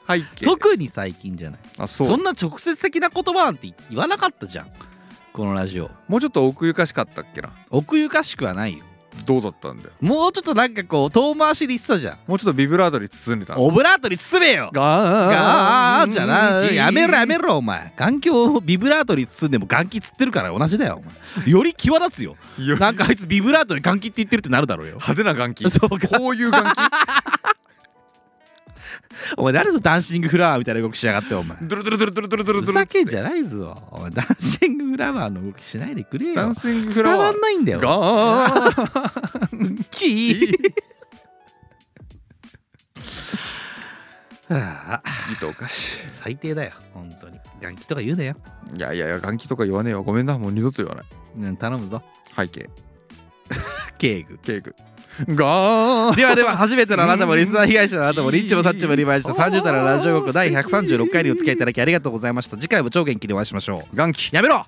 Speaker 1: 背景
Speaker 2: 特に最近じゃない
Speaker 1: あそ
Speaker 2: そうそんな直接的な言葉なんて言わなかったじゃんこのラジオ
Speaker 1: もうちょっと奥ゆかしかったっけな
Speaker 2: 奥ゆかしくはないよ
Speaker 1: どうだったんだよ
Speaker 2: もうちょっとなんかこう遠回しで言ってたじゃん
Speaker 1: もうちょっとビブラートに包んでた
Speaker 2: オブラートに包めよガ
Speaker 1: ガ
Speaker 2: ーじゃなやめろやめ
Speaker 1: ろ
Speaker 2: ろお前眼鏡をビブラートに包んでも眼気つってるから同じだよお前より際立つよ
Speaker 1: 派
Speaker 2: なんかあいつビブラートに眼気って言ってるってなるだろうよ
Speaker 1: 手な眼気
Speaker 2: そうか
Speaker 1: こういう眼
Speaker 2: お前誰ぞダンシングフラワーみたいな動きしやがってお前
Speaker 1: 気ドゥルドゥルドゥルドゥルドゥルドゥル
Speaker 2: ふ
Speaker 1: ドゥル
Speaker 2: ざけんじゃないぞお前ダンシングフラワーの動きしないでくれ
Speaker 1: ダ
Speaker 2: よ
Speaker 1: ンシングフ
Speaker 2: 伝
Speaker 1: ラ
Speaker 2: わ
Speaker 1: ワー
Speaker 2: んないんだよ
Speaker 1: ガー
Speaker 2: キーはあ
Speaker 1: いいとおかし
Speaker 2: 最低だよ本当に元気とか言うなよ、
Speaker 1: いいやいやいや眼気とか言わねえよごめんなもう二度と言わない
Speaker 2: うん、頼むぞ
Speaker 1: 背景
Speaker 2: 敬具
Speaker 1: ケークガー
Speaker 2: ではでは初めてのあなたもリスナー被害者のあなたもリッチもサッチもリバイした30代のラジオ国第136回にお付き合いいただきありがとうございました次回も超元気でお会いしましょ
Speaker 1: 元気
Speaker 2: うやめろ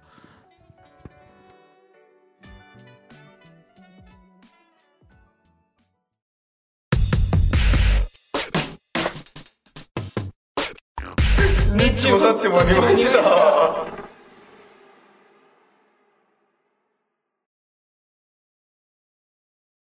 Speaker 4: ニッチもサッチもありました